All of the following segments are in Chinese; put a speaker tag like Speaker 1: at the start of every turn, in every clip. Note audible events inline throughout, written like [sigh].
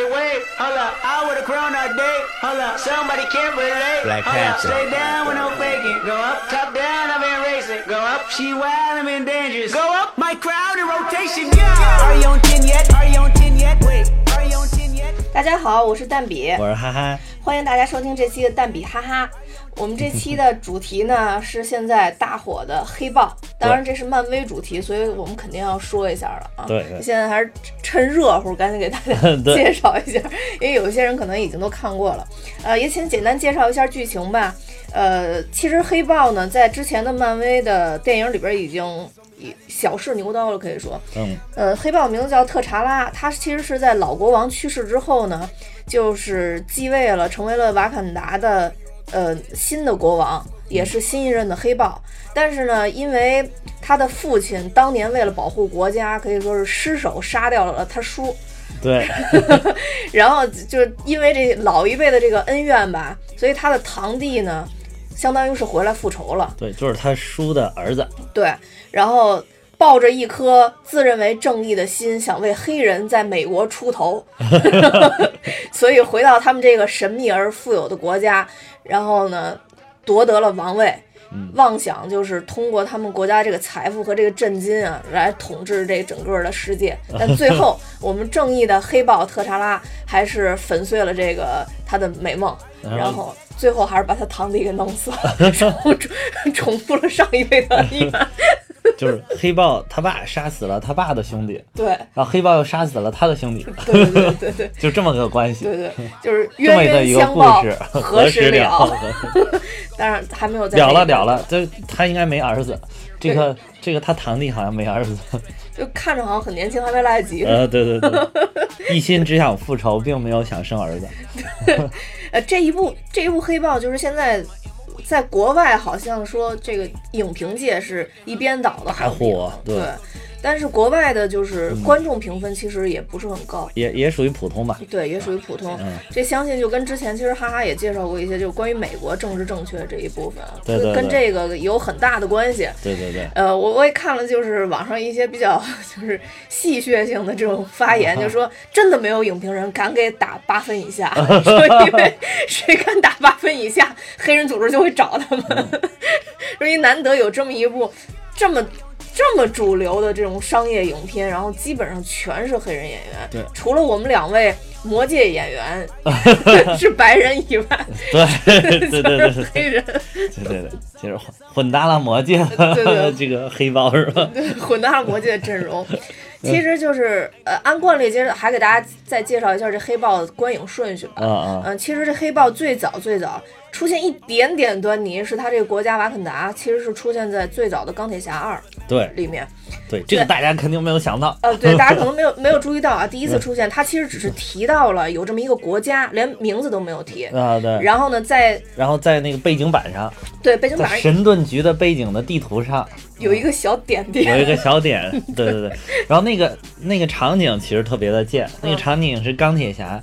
Speaker 1: Hold up, I would have grown all day. Hold up, somebody can't relate.
Speaker 2: Black
Speaker 1: Hold up,
Speaker 2: Panther.
Speaker 1: stay down with no faking. Go up, top down, I've been racing. Go up, she wild, I'm in dangerous. Go up, my crowd in rotation, yeah. Are you on 10 yet? Are you on 10 yet? Wait, are you on 10 yet?
Speaker 3: 大家好，我是蛋比，
Speaker 2: 我是哈哈，
Speaker 3: 欢迎大家收听这期的蛋比哈哈。我们这期的主题呢是现在大火的黑豹，当然这是漫威主题，所以我们肯定要说一下了啊。
Speaker 2: 对对
Speaker 3: 现在还是趁热乎，赶紧给大家
Speaker 2: [laughs] 对
Speaker 3: 介绍一下，因为有一些人可能已经都看过了。呃，也请简单介绍一下剧情吧。呃，其实黑豹呢，在之前的漫威的电影里边已经已小试牛刀了，可以说。
Speaker 2: 嗯，
Speaker 3: 呃，黑豹名字叫特查拉，他其实是在老国王去世之后呢，就是继位了，成为了瓦坎达的呃新的国王，也是新一任的黑豹。但是呢，因为他的父亲当年为了保护国家，可以说是失手杀掉了他叔，
Speaker 2: 对，
Speaker 3: 然后就是因为这老一辈的这个恩怨吧，所以他的堂弟呢，相当于是回来复仇了。
Speaker 2: 对，就是他叔的儿子，
Speaker 3: 对，然后抱着一颗自认为正义的心，想为黑人在美国出头，所以回到他们这个神秘而富有的国家，然后呢，夺得了王位。
Speaker 2: 嗯
Speaker 3: 妄想就是通过他们国家这个财富和这个震金啊，来统治这整个的世界。
Speaker 2: [laughs]
Speaker 3: 但最后，我们正义的黑豹特查拉还是粉碎了这个他的美梦，
Speaker 2: 然后
Speaker 3: 然后最后还是把他堂弟给弄死
Speaker 2: [laughs]
Speaker 3: 了，然后重重复了上一位的恩怨。
Speaker 2: 就是黑豹他爸杀死了他爸的兄弟，
Speaker 3: 对，
Speaker 2: 然后黑豹又杀死了他的兄弟，
Speaker 3: 对对对对
Speaker 2: 就这么个关系，
Speaker 3: 对对，就是
Speaker 2: 这么
Speaker 3: 冤
Speaker 2: 一个
Speaker 3: 冤
Speaker 2: 一个
Speaker 3: 相
Speaker 2: 故
Speaker 3: 报
Speaker 2: 事，
Speaker 3: 何时了？
Speaker 2: 了？
Speaker 3: 当然还没有在
Speaker 2: 了了
Speaker 3: 这个
Speaker 2: 了了，这他应该没儿子，这个这个他堂弟好像没儿子，
Speaker 3: 就看着好像很年轻，还没来得及。
Speaker 2: 呃，对对对，一心只想复仇，并没有想生儿子，
Speaker 3: 呃，这一部这一部黑豹就是现在在国外好像说这个影评界是一边倒的
Speaker 2: 大
Speaker 3: 行业，
Speaker 2: 火，对嗯
Speaker 3: 对，但是国外的就是观众评分其实也不是很高。
Speaker 2: 也也属于普通吧，
Speaker 3: 对，也属于普通
Speaker 2: 嗯。
Speaker 3: 这相信就跟之前其实哈哈也介绍过一些，就是关于美国政治正确这一部分，啊
Speaker 2: 对对对
Speaker 3: 跟这个有很大的关系。
Speaker 2: 对对对，
Speaker 3: 呃，我我也看了，就是网上一些比较就是戏谑性的这种发言，就说真的没有影评人敢给打八分
Speaker 2: [laughs]
Speaker 3: 以下，说因为谁敢打八分以下，黑人组织就会找他们。
Speaker 2: 嗯
Speaker 3: [laughs] 所以难得有这么一部这么这么主流的这种商业影片，然后基本上全是黑人演员，
Speaker 2: 对
Speaker 3: 除了我们两位魔界演
Speaker 2: [laughs]
Speaker 3: 员 [laughs] 是白人以外，
Speaker 2: 对对对对
Speaker 3: 全
Speaker 2: 对
Speaker 3: 是。黑人。
Speaker 2: 对对对，就是混混搭了魔界
Speaker 3: 对对
Speaker 2: 的这个黑豹是吧？
Speaker 3: 对， [laughs] 混搭了魔界的阵容。其实就是呃，按惯例，接着还给大家再介绍一下这黑豹的观影顺序吧。
Speaker 2: 啊啊
Speaker 3: 嗯、其实这黑豹最早最早出现一点点端倪，是它这个国家瓦肯达其实是出现在最早的钢铁侠二
Speaker 2: 对
Speaker 3: 里面。
Speaker 2: 对，这个大家肯定没有想到，
Speaker 3: 呃，对，大家可能没有没有注意到啊，第一次出现，它其实只是提到了有这么一个国家，连名字都没有提。
Speaker 2: 啊对，
Speaker 3: 然后呢，在
Speaker 2: 然后在那个背景板上，
Speaker 3: 对背景板
Speaker 2: 在
Speaker 3: 上
Speaker 2: 神盾局的背景的地图上
Speaker 3: 有一个小点
Speaker 2: 有
Speaker 3: 点，
Speaker 2: 一个小点，对对对，然后那个那个场景其实特别的贱，
Speaker 3: 嗯
Speaker 2: 那个场景是钢铁侠，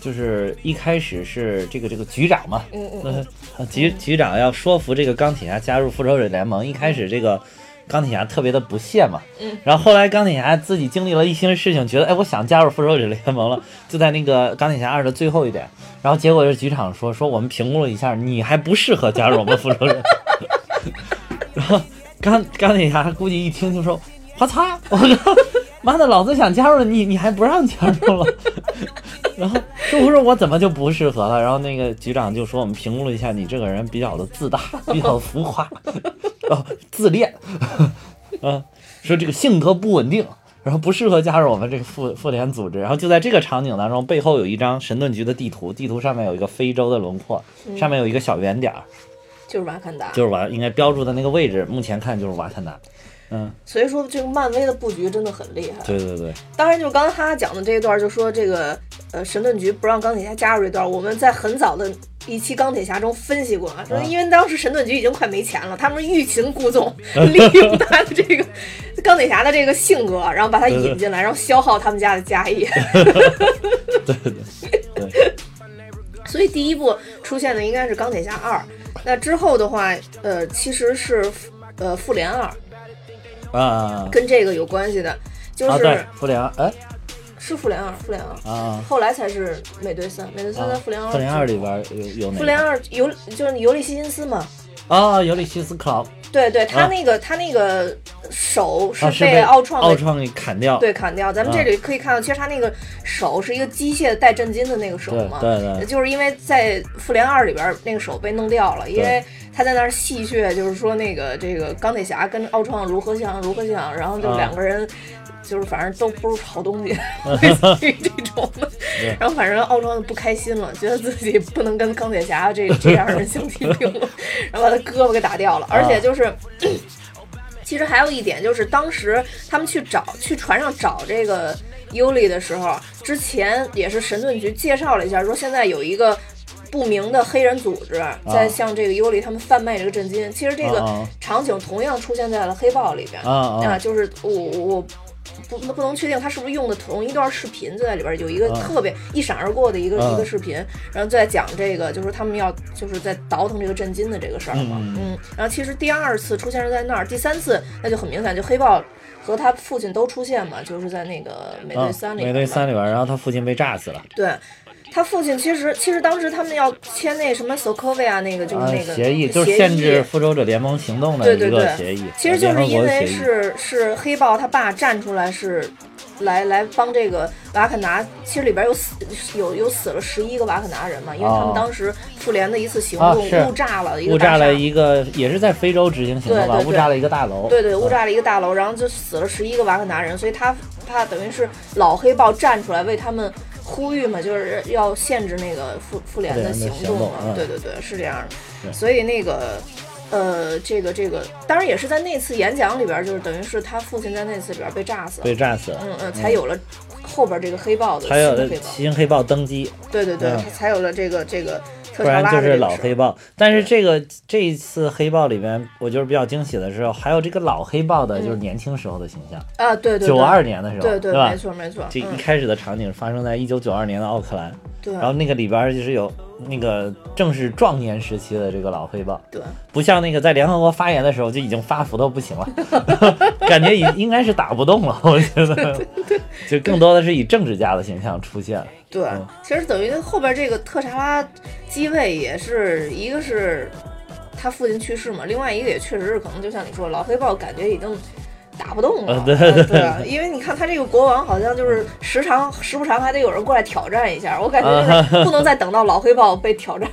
Speaker 2: 就是一开始是这个这个局长嘛，
Speaker 3: 嗯嗯，
Speaker 2: 呃局局长要说服这个钢铁侠加入复仇者联盟，一开始这个钢铁侠特别的不屑嘛，
Speaker 3: 嗯，
Speaker 2: 然后后来钢铁侠自己经历了一些事情，觉得哎，我想加入复仇者联盟了，就在那个钢铁侠二的最后一点，然后结果是局长说说我们评估了一下，你还不适合加入我们复仇者，然后钢钢铁侠估计一听就说，我操， [laughs] 我靠，妈的，老子想加入你，你还不让加入了。 [laughs] 然后说我说我怎么就不适合了？然后那个局长就说我们评估了一下，你这个人比较的自大， [laughs] 比较浮夸， [laughs] 哦，自恋， [laughs] 嗯，说这个性格不稳定，然后不适合加入我们这个妇妇联组织。然后就在这个场景当中，背后有一张神盾局的地图，地图上面有一个非洲的轮廓，上面有一个小圆点儿，
Speaker 3: 就是瓦坎达。
Speaker 2: 就是瓦应该标注的那个位置，目前看就是瓦坎达。嗯，
Speaker 3: 所以说，这个漫威的布局真的很厉害。
Speaker 2: 对对对，
Speaker 3: 当然，就是刚才哈哈讲的这一段，就说这个呃神盾局不让钢铁侠加入这段，我们在很早的一期钢铁侠中分析过啊，说因为当时神盾局已经快没钱了，他们是欲擒
Speaker 2: [laughs]
Speaker 3: 故纵，利用他的这个钢铁侠的这个性格，然后把他引进来，然后消耗他们家的
Speaker 2: [laughs]
Speaker 3: 家业。
Speaker 2: 对
Speaker 3: 所以第一部出现的应该是钢铁侠二，那之后的话，呃，其实是呃复联二
Speaker 2: 啊
Speaker 3: [laughs] 跟这个有关系的，就
Speaker 2: 啊
Speaker 3: 是、
Speaker 2: 对，复联，哎，
Speaker 3: 是复联二，复联二，
Speaker 2: 啊。
Speaker 3: 后来才是美队三，美队三在
Speaker 2: 啊
Speaker 3: 复联二，
Speaker 2: 复联二里边儿有有哪个？
Speaker 3: 复联二尤就是尤利西辛斯嘛，
Speaker 2: 啊，尤里西斯·克劳啊
Speaker 3: 对对，
Speaker 2: 啊
Speaker 3: 他那个他那个手是
Speaker 2: 是
Speaker 3: 被奥创
Speaker 2: 奥
Speaker 3: 给
Speaker 2: 创给砍掉。啊
Speaker 3: 对砍掉。咱们这
Speaker 2: 嗯
Speaker 3: 里可以看到，其实他那个手是一个机械带震筋的那个手
Speaker 2: 对
Speaker 3: 嘛，
Speaker 2: 对对
Speaker 3: 就是因为在复联二里边那个手被弄掉了，因为他在那儿戏谑，就是说那个这个钢铁侠跟奥创如何像如何像，然后就
Speaker 2: 啊
Speaker 3: 两个人。就是反正都不是好东西，
Speaker 2: [laughs]
Speaker 3: 类似于这种的。然后反正奥创不开心了，觉得自己不能跟钢铁侠这这样的人相提并
Speaker 2: [laughs]
Speaker 3: 论，然后把他胳膊给打掉了。而且就是，其实还有一点就是，当时他们去找去船上找这个尤里的时候，之前也是神盾局介绍了一下，说现在有一个。不明的黑人组织在向这个尤里他们贩卖这个震惊。其实这个
Speaker 2: 啊啊啊
Speaker 3: 场景同样出现在了黑豹里边
Speaker 2: 啊啊
Speaker 3: 就是我我不不能确定他是不是用的同一段视频，就在里边有一个
Speaker 2: 啊
Speaker 3: 特别一闪而过的一个、
Speaker 2: 啊
Speaker 3: 一个视频，然后在讲这个就是他们要就是在倒腾这个震惊的这个事儿嘛，
Speaker 2: 嗯
Speaker 3: 嗯，然后其实第二次出现是在那儿，第三次那就很明显，就黑豹和他父亲都出现嘛，就是在那个美队
Speaker 2: 啊，
Speaker 3: 三里
Speaker 2: 美
Speaker 3: 边嘛，
Speaker 2: 队三里边儿，然后他父亲被炸死了，
Speaker 3: 对。他父亲其实其实当时他们要签那什么 Sokovia 那个就是
Speaker 2: 啊
Speaker 3: 那个、
Speaker 2: 协议就是
Speaker 3: 协
Speaker 2: 限制复仇者联盟行动的
Speaker 3: 对
Speaker 2: 一
Speaker 3: 对
Speaker 2: 个
Speaker 3: 对
Speaker 2: 协议，呃
Speaker 3: 其实就
Speaker 2: 联合
Speaker 3: 是因
Speaker 2: 国的
Speaker 3: 为
Speaker 2: 协议
Speaker 3: 是是黑豹他爸站出来是来来帮这个瓦肯达，其实里边有死有有死了十一个瓦肯达人嘛，因为他
Speaker 2: 哦
Speaker 3: 们当时复联的一次行
Speaker 2: 啊
Speaker 3: 动
Speaker 2: 是
Speaker 3: 误炸了一个
Speaker 2: 误
Speaker 3: 大
Speaker 2: 炸
Speaker 3: 厦
Speaker 2: 了一个，也是在非洲执行行动吧，
Speaker 3: 对对对
Speaker 2: 误炸了一个大楼。啊
Speaker 3: 对对，误炸了一个大楼，然后就死了十一个瓦肯达人，所以他他等于是老黑豹站出来为他们呼吁嘛，就是要限制那个复复联的行动嘛
Speaker 2: 复联的行动嗯。
Speaker 3: 对对对，是这样的。
Speaker 2: 对
Speaker 3: 所以那个。呃，这个这个，当然也是在那次演讲里边，就是等于是他父亲在那次里边被炸死了
Speaker 2: 被，炸死了。
Speaker 3: 嗯嗯，才有了后边这个黑豹的
Speaker 2: 还有
Speaker 3: 新的黑豹，
Speaker 2: 新黑豹登基，
Speaker 3: 对对对，
Speaker 2: 嗯
Speaker 3: 他才有了这个这个
Speaker 2: 不
Speaker 3: 特查
Speaker 2: 然
Speaker 3: 拉
Speaker 2: 就
Speaker 3: 的这
Speaker 2: 是
Speaker 3: 个
Speaker 2: 老
Speaker 3: 事儿
Speaker 2: 黑豹。但是这个这一次黑豹里边，我就是比较惊喜的是，还有这个老黑豹的，就是年轻时候的形象，
Speaker 3: 啊，嗯对对对，
Speaker 2: 九二年的时候，
Speaker 3: 对对，
Speaker 2: 吧
Speaker 3: 没？错没错，
Speaker 2: 这一
Speaker 3: 嗯
Speaker 2: 开始的场景发生在一九九二年的奥克兰，
Speaker 3: 对
Speaker 2: 然后那个里边就是有那个正是壮年时期的这个老黑豹，
Speaker 3: 对。
Speaker 2: 不像那个在联合国发言的时候就已经发福到不行
Speaker 3: [laughs]
Speaker 2: 了，感觉已应该是打不动了，我觉得，就更多的是以政治家的形象出现了。
Speaker 3: 对，其实等于后边这个特查拉继位也是一个是他父亲去世嘛，另外一个也确实是可能就像你说，老黑豹感觉已经打不动了
Speaker 2: 啊，对
Speaker 3: 呃对，因为你看他这个国王好像就是时常时不常还得有人过来挑战一下，我感觉就是不能再等到老黑豹被
Speaker 2: [laughs]
Speaker 3: 挑战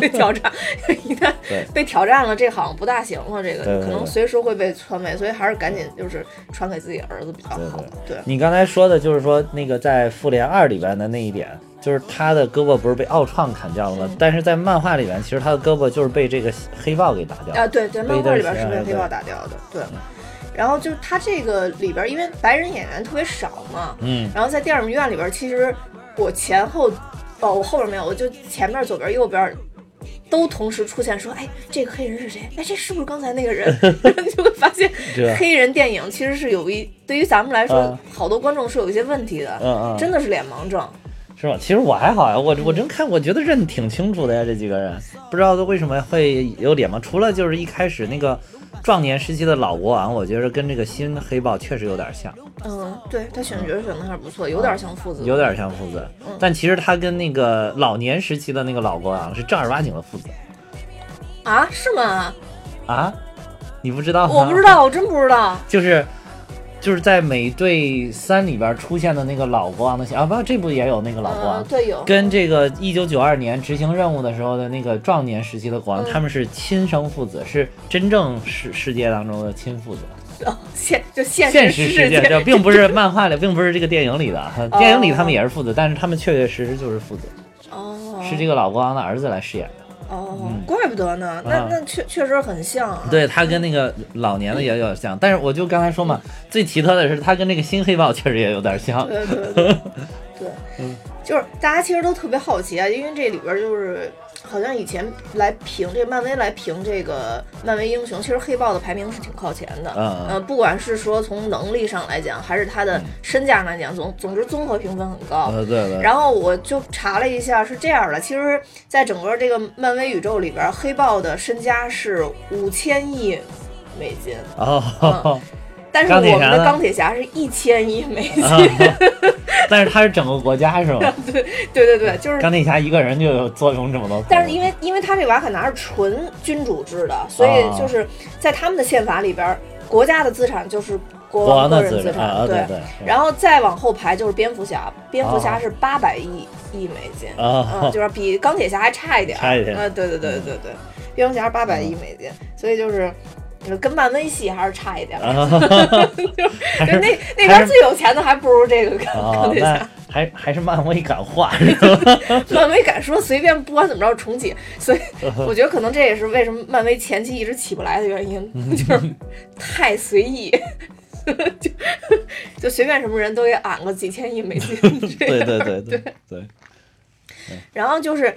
Speaker 3: 被挑战， [laughs] 一旦
Speaker 2: 对
Speaker 3: 被挑战了，这好像不大行了，这
Speaker 2: 对
Speaker 3: 个
Speaker 2: 对
Speaker 3: 可
Speaker 2: 对
Speaker 3: 能随时会被篡位，所以还是赶紧就是传给自己儿子比较好，对啊
Speaker 2: [laughs] 你刚才说的就是说那个在复联二里边的那一点，就是他的胳膊不是被奥创砍掉了吗？但是在漫画里边，其实他的胳膊就是被这个黑豹给打掉了。
Speaker 3: 啊，对对，漫画里边是
Speaker 2: 被
Speaker 3: 被
Speaker 2: 黑
Speaker 3: 黑
Speaker 2: 豹
Speaker 3: 豹打掉的，对。
Speaker 2: 嗯
Speaker 3: 然后就是他这个里边，因为白人演员特别少嘛，
Speaker 2: 嗯，
Speaker 3: 然后在电影院里边，其实我前后，哦，我后边没有，我就前面、左边、右边。都同时出现，说：“哎，这个黑人是谁？哎，这是不是刚才那个人？” [laughs] 你就会发现
Speaker 2: [laughs] 这，
Speaker 3: 黑人电影其实是有一对于咱们来说，
Speaker 2: 嗯
Speaker 3: 好多观众是有一些问题的，
Speaker 2: 嗯嗯
Speaker 3: 真的是脸盲症。
Speaker 2: 是吧？其实我还好呀，我我真看，我觉得认得挺清楚的呀，这几个人，不知道为什么会有脸盲，除了就是一开始那个壮年时期的老国王，我觉得跟这个新黑豹确实有点像，
Speaker 3: 嗯，对他选角选的还是不错，有点像父子，
Speaker 2: 有点像父子，
Speaker 3: 嗯
Speaker 2: 但其实他跟那个老年时期的那个老国王是正儿八经的父子
Speaker 3: 啊？是吗？
Speaker 2: 啊，你不知道吗？
Speaker 3: 我不知道，我真不知道。
Speaker 2: 就是就是在美队三里边出现的那个老国王的形啊，不，这部也有那个老国王，
Speaker 3: 嗯，对，有
Speaker 2: 跟这个一九九二年执行任务的时候的那个壮年时期的国王，
Speaker 3: 嗯
Speaker 2: 他们是亲生父子，是真正世世界当中的亲父子，
Speaker 3: 哦现就现
Speaker 2: 现实
Speaker 3: 实
Speaker 2: 世界这
Speaker 3: 界，
Speaker 2: 并不是漫画里，并不是这个电影里
Speaker 3: [laughs]
Speaker 2: 的，哈电影里他们也是父子，但是他们确确实实就是父子，
Speaker 3: 哦，
Speaker 2: 是这个老国王的儿子来饰演的，
Speaker 3: 哦，怪不得呢，那
Speaker 2: 啊
Speaker 3: 那确确实很像啊。
Speaker 2: 对他跟那个老年的也有点像，但是我就刚才说嘛，最奇特的是他跟那个新黑豹确实也有点像，
Speaker 3: 对对
Speaker 2: [laughs]
Speaker 3: 对对，
Speaker 2: 嗯
Speaker 3: 就是大家其实都特别好奇啊，因为这里边儿就是好像以前来评这漫威来评这个漫威英雄，其实黑豹的排名是挺靠前的。
Speaker 2: 嗯嗯
Speaker 3: 呃，不管是说从能力上来讲，还是他
Speaker 2: 嗯
Speaker 3: 的身价上来讲，总总之综合评分很高。
Speaker 2: 呃，对对，
Speaker 3: 然后我就查了一下，是这样的，其实，在整个这个漫威宇宙里边，黑豹的身家是五千亿美金，
Speaker 2: 哦，
Speaker 3: 但是
Speaker 2: 钢铁
Speaker 3: 我
Speaker 2: 侠
Speaker 3: 们的
Speaker 2: 呢
Speaker 3: 钢铁侠是一千亿美金， [laughs]
Speaker 2: 啊 [laughs] 但是他是整个国家是吗？
Speaker 3: 对对对，就是
Speaker 2: 钢铁侠一个人就有作用这么多。
Speaker 3: 但是因为因为他这瓦坎达是纯君主制的，所
Speaker 2: 哦
Speaker 3: 以就是在他们的宪法里边儿，国家的资产就是国
Speaker 2: 国王
Speaker 3: 个
Speaker 2: 的
Speaker 3: 人
Speaker 2: 资产啊，
Speaker 3: 产。
Speaker 2: 对
Speaker 3: 对。
Speaker 2: 对，
Speaker 3: 然后再往后排就是蝙蝠侠，蝙蝠侠
Speaker 2: 哦
Speaker 3: 是八百亿亿美金，
Speaker 2: 啊
Speaker 3: 嗯，，就是比钢铁侠还差一点儿，
Speaker 2: 差一点嗯
Speaker 3: 呃，对对对对对，蝙蝠侠八百亿美金，所以就是。呃跟漫威系还是差一点儿， [laughs] 就那那边
Speaker 2: 啊还
Speaker 3: 儿
Speaker 2: 是
Speaker 3: 最有钱的还不如这个钢
Speaker 2: 啊
Speaker 3: 钢，铁侠 [laughs]
Speaker 2: 那。还还是漫威敢画是吧？
Speaker 3: 漫威敢说随便播怎么着重启，所以我觉得可能这也是为什么漫威前期一直起不来的原
Speaker 2: [laughs]
Speaker 3: 因，就是太随意，就就随便什么人都给俺个几千亿
Speaker 2: [laughs]
Speaker 3: 美金。这
Speaker 2: 对
Speaker 3: 样
Speaker 2: 对对对对，
Speaker 3: 然后就是，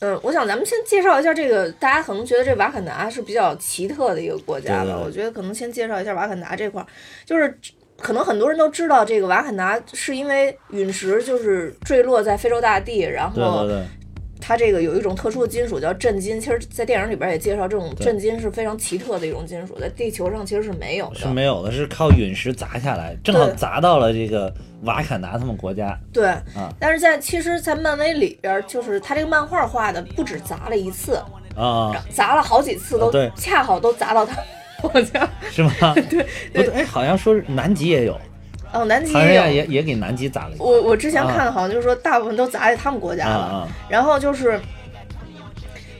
Speaker 3: 嗯，我想咱们先介绍一下这个，大家可能觉得这瓦坎达是比较奇特的一个国家
Speaker 2: 对对
Speaker 3: 吧。
Speaker 2: 对
Speaker 3: 我觉得可能先介绍一下瓦坎达这块儿，就是可能很多人都知道，这个瓦坎达是因为陨石就是坠落在非洲大地，然
Speaker 2: 对
Speaker 3: 后
Speaker 2: 对对，
Speaker 3: 它这个有一种特殊的金属叫震金，其实，在电影里边也介绍，这种
Speaker 2: 对
Speaker 3: 震金是非常奇特的一种金属，在地球上其实是没有
Speaker 2: 是
Speaker 3: 的。
Speaker 2: 没有的，是靠陨石砸下来，正好
Speaker 3: 对
Speaker 2: 砸到了这个瓦坎达他们国家。
Speaker 3: 对，
Speaker 2: 啊
Speaker 3: 但是在其实，在漫威里边，就是它这个漫画画的不止砸了一次，
Speaker 2: 啊，
Speaker 3: 砸了好几次都，
Speaker 2: 啊对
Speaker 3: 恰好都砸到它。我家，
Speaker 2: 是
Speaker 3: [laughs]
Speaker 2: 吗？对，不对，哎，好像说是南极也有，
Speaker 3: 哦，南极
Speaker 2: 好像
Speaker 3: 也有。
Speaker 2: 也也给南极砸了一个。
Speaker 3: 我我之前
Speaker 2: 啊
Speaker 3: 看的好像就是说，大部分都砸在他们国家
Speaker 2: 啊
Speaker 3: 了。
Speaker 2: 啊，
Speaker 3: 然后就是，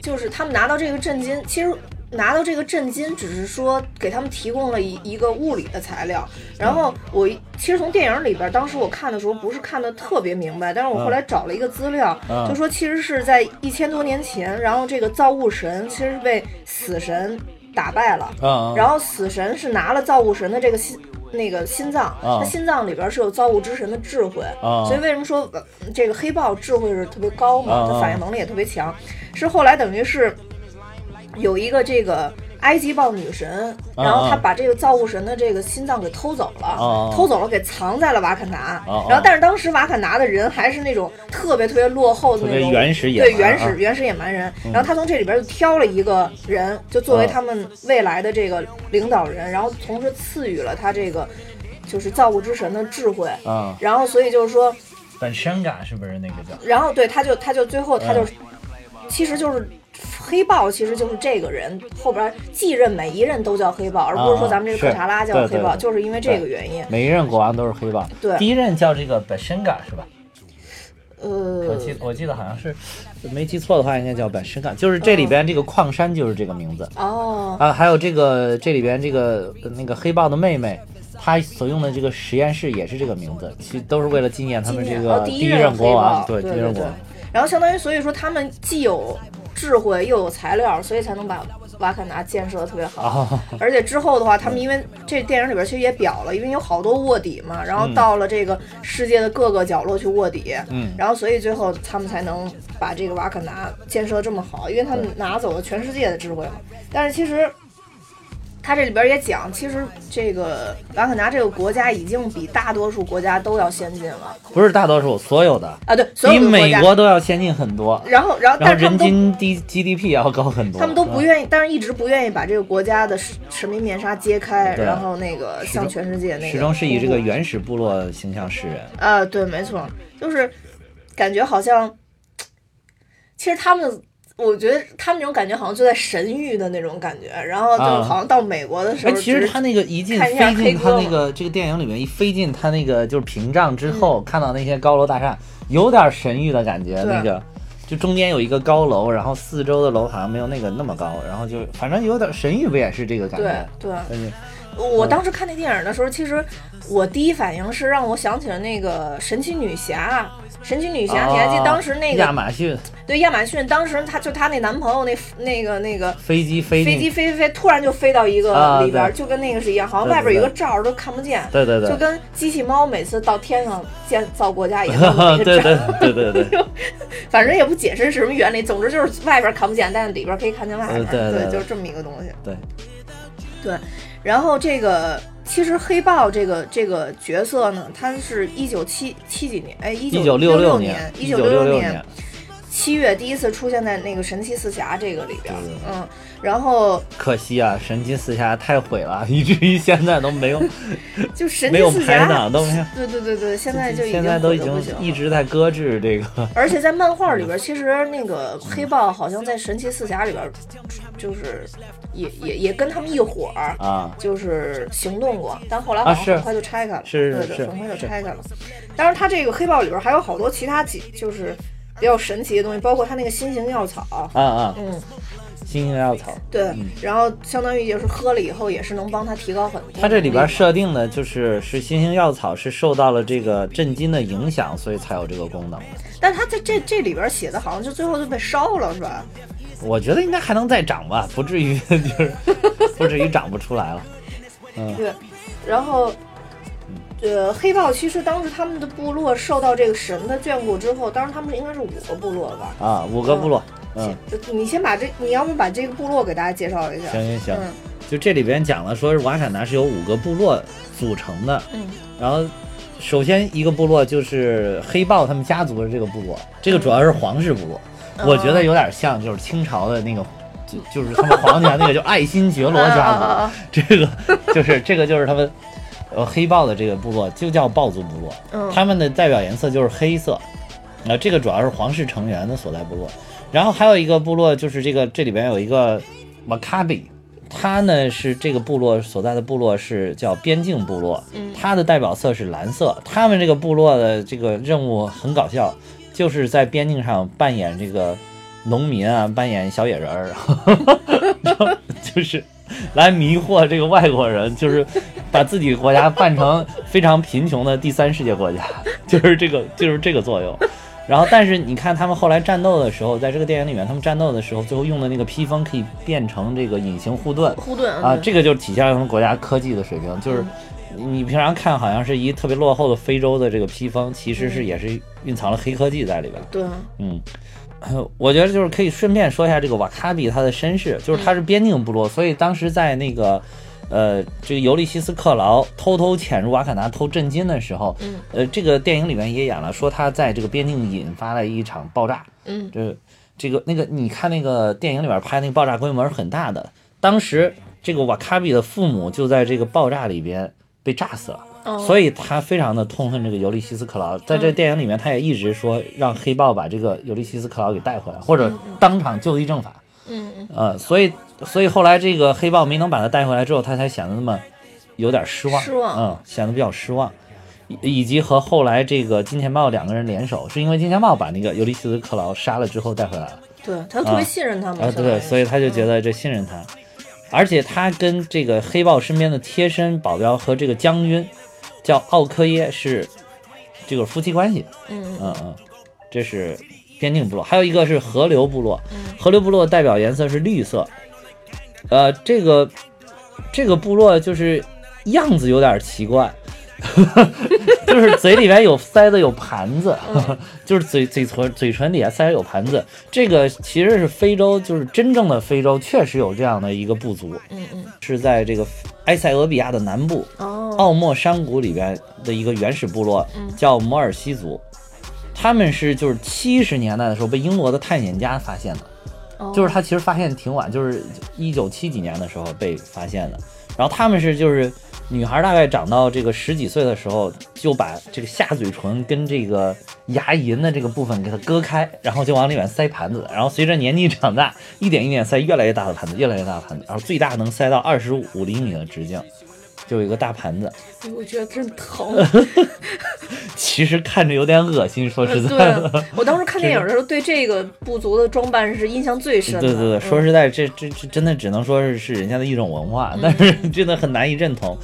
Speaker 3: 就是他们拿到这个震金，其实拿到这个震金只是说给他们提供了一一个物理的材料。
Speaker 2: 嗯
Speaker 3: 然后我一其实从电影里边，当时我看的时候不是看的特别明白，但是我后来找了一个资料，
Speaker 2: 嗯
Speaker 3: 就说其实是在一千多年前，然后这个造物神其实是被死神打败了。
Speaker 2: 啊啊，
Speaker 3: 然后死神是拿了造物神的这个心那个心脏，
Speaker 2: 啊
Speaker 3: 他心脏里边是有造物之神的智慧，
Speaker 2: 啊
Speaker 3: 所以为什么说呃这个黑豹智慧是特别高嘛，
Speaker 2: 啊
Speaker 3: 他反应能力也特别强，是后来等于是有一个这个。埃及豹女神，
Speaker 2: 啊
Speaker 3: 然后她把这个造物神的这个心脏给偷走了，
Speaker 2: 啊
Speaker 3: 偷走了给藏在了瓦坎达。
Speaker 2: 啊
Speaker 3: 然后，但是当时瓦坎达的人还是那种特别特别落后的那
Speaker 2: 特
Speaker 3: 种
Speaker 2: 别原始野蛮
Speaker 3: 对原始
Speaker 2: 啊
Speaker 3: 原始野蛮人，然后他从这里边就挑了一个人，就作
Speaker 2: 哦
Speaker 3: 为他们未来的这个领导人，然后同时赐予了他这个就是造物之神的智慧，
Speaker 2: 啊，
Speaker 3: 然后所以就是说，
Speaker 2: 本身嘎是不是那个叫？
Speaker 3: 然后对他就他就最后他就
Speaker 2: 嗯
Speaker 3: 其实就是。黑豹其实就是这个人后边继任每一任都叫黑豹，而不是说咱们这
Speaker 2: 啊是
Speaker 3: 个特查拉叫
Speaker 2: 对
Speaker 3: 黑
Speaker 2: 对
Speaker 3: 豹，
Speaker 2: 对
Speaker 3: 就是因为这个原因。
Speaker 2: 每一任国王都是黑豹，
Speaker 3: 对
Speaker 2: 第一任叫这个本身嘎是吧？我
Speaker 3: 呃，
Speaker 2: 记我记得好像是，没记错的话应该叫本身嘎，就是这里边这个矿山就是这个名字
Speaker 3: 哦，
Speaker 2: 啊，还有这个这里边这个呃那个黑豹的妹妹。她所用的这个实验室也是这个名字，其实都是为了纪念他们
Speaker 3: 纪
Speaker 2: 这
Speaker 3: 念
Speaker 2: 个
Speaker 3: 哦第
Speaker 2: 第
Speaker 3: 一
Speaker 2: 一
Speaker 3: 任
Speaker 2: 任国王，
Speaker 3: 黑豹
Speaker 2: 第
Speaker 3: 对
Speaker 2: 一任
Speaker 3: 对
Speaker 2: 国王
Speaker 3: 对然后相当于，所以说他们既有智慧又有材料，所以才能把瓦坎达建设的特别好。
Speaker 2: 啊，
Speaker 3: 而且之后的话，他
Speaker 2: 嗯
Speaker 3: 们因为这电影里边其实也表了，因为有好多卧底嘛，然后到了这个世界的各个角落去卧底，
Speaker 2: 嗯
Speaker 3: 然后所以最后他们才能把这个瓦坎达建设得这么好，因为他们拿走了全世界的智慧嘛。但是其实。他这里边也讲，其实这个瓦坎达这个国家已经比大多数国家都要先进了
Speaker 2: 不是大多数，所有的
Speaker 3: 啊！对，所
Speaker 2: 比
Speaker 3: 有的国
Speaker 2: 美
Speaker 3: 家。
Speaker 2: 国都要先进很多，
Speaker 3: 然后，
Speaker 2: 然
Speaker 3: 然后，
Speaker 2: 后
Speaker 3: 但是他
Speaker 2: 人
Speaker 3: 们都
Speaker 2: 均 D GDP 也要高很多，
Speaker 3: 他们都不
Speaker 2: 嗯
Speaker 3: 愿意，但是一直不愿意把这个国家的神神秘面纱揭开，
Speaker 2: 对啊
Speaker 3: 然后那个向全世界那个
Speaker 2: 始终是以这
Speaker 3: 公
Speaker 2: 个
Speaker 3: 布
Speaker 2: 原始部落形象示人。
Speaker 3: 啊，对，没错，就是感觉好像，其实他们，我觉得他们那种感觉好像就在神域的那种感觉，然后就
Speaker 2: 啊
Speaker 3: 好像到美国的时
Speaker 2: 哎，
Speaker 3: 候，
Speaker 2: 其实他那个一进
Speaker 3: 看一下
Speaker 2: 飞
Speaker 3: 黑
Speaker 2: 进
Speaker 3: 哥
Speaker 2: 他那
Speaker 3: 嘛嗯
Speaker 2: 个这个电影里面一飞进他那个就是屏障之后，看到那些高楼大厦，有点神域的感觉。
Speaker 3: 对
Speaker 2: 那个就中间有一个高楼，然后四周的楼好像没有那个那么高，然后就反正有点神域，不也是这个感
Speaker 3: 对
Speaker 2: 觉？哎
Speaker 3: 对，
Speaker 2: 但是嗯
Speaker 3: 我当时看那电影的时候，其实我第一反应是让我想起了那个神奇女侠，神奇女侠，你还记
Speaker 2: 啊
Speaker 3: 得当时那个
Speaker 2: 亚马逊
Speaker 3: 对，亚马逊当时她就她那男朋友那那个那个
Speaker 2: 飞机飞
Speaker 3: 飞
Speaker 2: 进 [laughs]
Speaker 3: 机飞飞飞，突然就飞到一
Speaker 2: 啊
Speaker 3: 个里边儿，
Speaker 2: 对
Speaker 3: 就跟那个是一样，好像
Speaker 2: 对对
Speaker 3: 外边有一个
Speaker 2: 对
Speaker 3: 罩儿都看不见。
Speaker 2: 对对对
Speaker 3: 就跟机器猫每次到天上建造国家
Speaker 2: [laughs]
Speaker 3: 一样，那个
Speaker 2: 对
Speaker 3: 罩
Speaker 2: 对
Speaker 3: 儿
Speaker 2: 对对对，
Speaker 3: [laughs] 反正也不解释是什么原理，总之就是外边看不见，但是里边可以看见外边。
Speaker 2: 呃对对对
Speaker 3: 就是这么一个东西。
Speaker 2: 对，
Speaker 3: 对，然后这个其实黑豹这个这个角色呢，他是一九七七几年，哎，一
Speaker 2: 一
Speaker 3: 九
Speaker 2: 六
Speaker 3: 六
Speaker 2: 年，
Speaker 3: 一
Speaker 2: 一
Speaker 3: 九
Speaker 2: 六
Speaker 3: 六
Speaker 2: 年，
Speaker 3: 七月第一次出现在那个神奇四侠这个里边儿
Speaker 2: 对对，
Speaker 3: 嗯，然后
Speaker 2: 可惜啊，神奇四侠太毁了， [laughs] 以至于现在都没有
Speaker 3: 就神
Speaker 2: 没
Speaker 3: 奇
Speaker 2: 有
Speaker 3: 四
Speaker 2: 拍
Speaker 3: 侠，
Speaker 2: 档，都没有。
Speaker 3: 对对对对，现在就已经
Speaker 2: 现在都已
Speaker 3: 火得不
Speaker 2: 经
Speaker 3: 行了
Speaker 2: 一直嗯在搁置这个，
Speaker 3: 而且在漫画里边，其实那个黑豹好像在神奇四侠里边，就是也也也跟他们一伙儿
Speaker 2: 啊
Speaker 3: 就是行动过，但后来好
Speaker 2: 啊
Speaker 3: 像
Speaker 2: 是
Speaker 3: 很快就拆开了，
Speaker 2: 是
Speaker 3: 对对
Speaker 2: 是
Speaker 3: 很快就是拆开了。当然，他这个黑豹里边还有好多其他几就是比较神奇的东西，包括他那个新型药草，
Speaker 2: 啊啊，
Speaker 3: 嗯，
Speaker 2: 新型药草。
Speaker 3: 对，然后相当于就是喝了以后也是能帮他提高很多。
Speaker 2: 它这里边设定的就是是新型药草是受到了这个震惊的影响，所以才有这个功能的。
Speaker 3: 但他在这这里边写的好像就最后就被烧了，是吧？
Speaker 2: 我觉得应该还能再长吧，不至于就是不至于长不出来了。
Speaker 3: 对，然后，
Speaker 2: 嗯
Speaker 3: 呃，黑豹其实当时他们的部落受到这个神的眷顾之后，当时他们应该是五个部落吧？
Speaker 2: 啊，五个部落，嗯，
Speaker 3: 就你先把这，你要不把这个部落给大家介绍一下？
Speaker 2: 行行行
Speaker 3: 嗯，
Speaker 2: 就这里边讲了，说是瓦坎达是由五个部落组成的，
Speaker 3: 嗯，
Speaker 2: 然后首先一个部落就是黑豹他们家族的这个部落，这个主要是皇室部落，我觉得有点像就是清朝的那个。就就是他们皇家那个叫爱新觉罗家族，
Speaker 3: 啊啊啊啊
Speaker 2: [laughs] 这个就是这个就是他们呃黑豹的这个部落就叫豹族部落，
Speaker 3: 嗯
Speaker 2: 他们的代表颜色就是黑色，啊，这个主要是皇室成员的所在部落，然后还有一个部落就是这个这里边有一个马卡比，他呢是这个部落所在的部落是叫边境部落，他的代表色是蓝色，他们这个部落的这个任务很搞笑，就是在边境上扮演这个农民啊，扮演小野人儿， [laughs] 然后就是来迷惑这个外国人，就是把自己国家扮成非常贫穷的第三世界国家， [laughs] 就是这个就是这个作用。然后，但是你看他们后来战斗的时候，在这个电影里面，他们战斗的时候，最后用的那个披风可以变成这个隐形护盾，
Speaker 3: 护盾
Speaker 2: 啊，这个就体现了他们国家科技的水平，就是你你平常看好像是一特别落后的非洲的这个披风，其实是也是蕴藏了黑科技在里边。
Speaker 3: 对，
Speaker 2: 嗯，我觉得就是可以顺便说一下这个瓦卡比他的身世，就是他是边境部落，所以当时在那个。呃，这个尤利西斯·克劳偷偷潜入瓦坎达偷震金的时候，
Speaker 3: 嗯
Speaker 2: 呃，这个电影里面也演了，说他在这个边境引发了一场爆炸，
Speaker 3: 嗯，
Speaker 2: 这这个那个，你看那个电影里边拍那个爆炸规模是很大的，当时这个瓦卡比的父母就在这个爆炸里边被炸死了。
Speaker 3: 哦嗯
Speaker 2: 所以他非常的痛恨这个尤利西斯·克劳，在这电影里面，他也一直说让黑豹把这个尤利西斯·克劳给带回来，或者当场就地正法。
Speaker 3: 嗯嗯，
Speaker 2: 呃，所以所以后来这个黑豹没能把他带回来之后，他才显得那么有点失望，
Speaker 3: 失望
Speaker 2: 嗯，显得比较失望，以以及和后来这个金钱豹两个人联手，是因为金钱豹把那个尤利西斯·克劳杀了之后带回来了，
Speaker 3: 对他特别
Speaker 2: 啊
Speaker 3: 信任他们
Speaker 2: 啊，对，所以他就觉
Speaker 3: 得
Speaker 2: 得这信任他，而且他跟这个黑豹身边的贴身保镖和这个将军叫奥科耶是这个夫妻关系，
Speaker 3: 嗯
Speaker 2: 嗯嗯，这是边境部落，还有一个是河流部落，
Speaker 3: 嗯
Speaker 2: 河流部落代表颜色是绿色，呃，这个这个部落就是样子有点奇怪。 [laughs] 就是嘴里边有塞的有盘子， [laughs] 就是嘴嘴唇嘴唇底下塞着有盘子。这个其实是非洲，就是真正的非洲确实有这样的一个部族，
Speaker 3: 嗯嗯
Speaker 2: 是在这个埃塞俄比亚的南部，
Speaker 3: 哦
Speaker 2: 奥莫山谷里边的一个原始部落，叫摩尔西族。他们是就是七十年代的时候被英国的探险家发现的，
Speaker 3: 哦
Speaker 2: 就是他其实发现挺晚，就是一九七几年的时候被发现的。然后他们是就是女孩大概长到这个十几岁的时候，就把这个下嘴唇跟这个牙龈的这个部分给它割开，然后就往里面塞盘子。然后随着年纪长大，一点一点塞越来越大的盘子，越来越大的盘子，然后最大能塞到二十五厘米的直径，就有一个大盘子。
Speaker 3: 哦我觉得真疼。
Speaker 2: 其实看着有点恶心，说实在的。 [laughs]
Speaker 3: 对，啊我当时看电影的时候，对这个部族的装扮是印象最深的。嗯
Speaker 2: 对对对，说实在，这这这真的只能说是是人家的一种文化，但
Speaker 3: 嗯
Speaker 2: 是 [laughs] 真的很难以认同。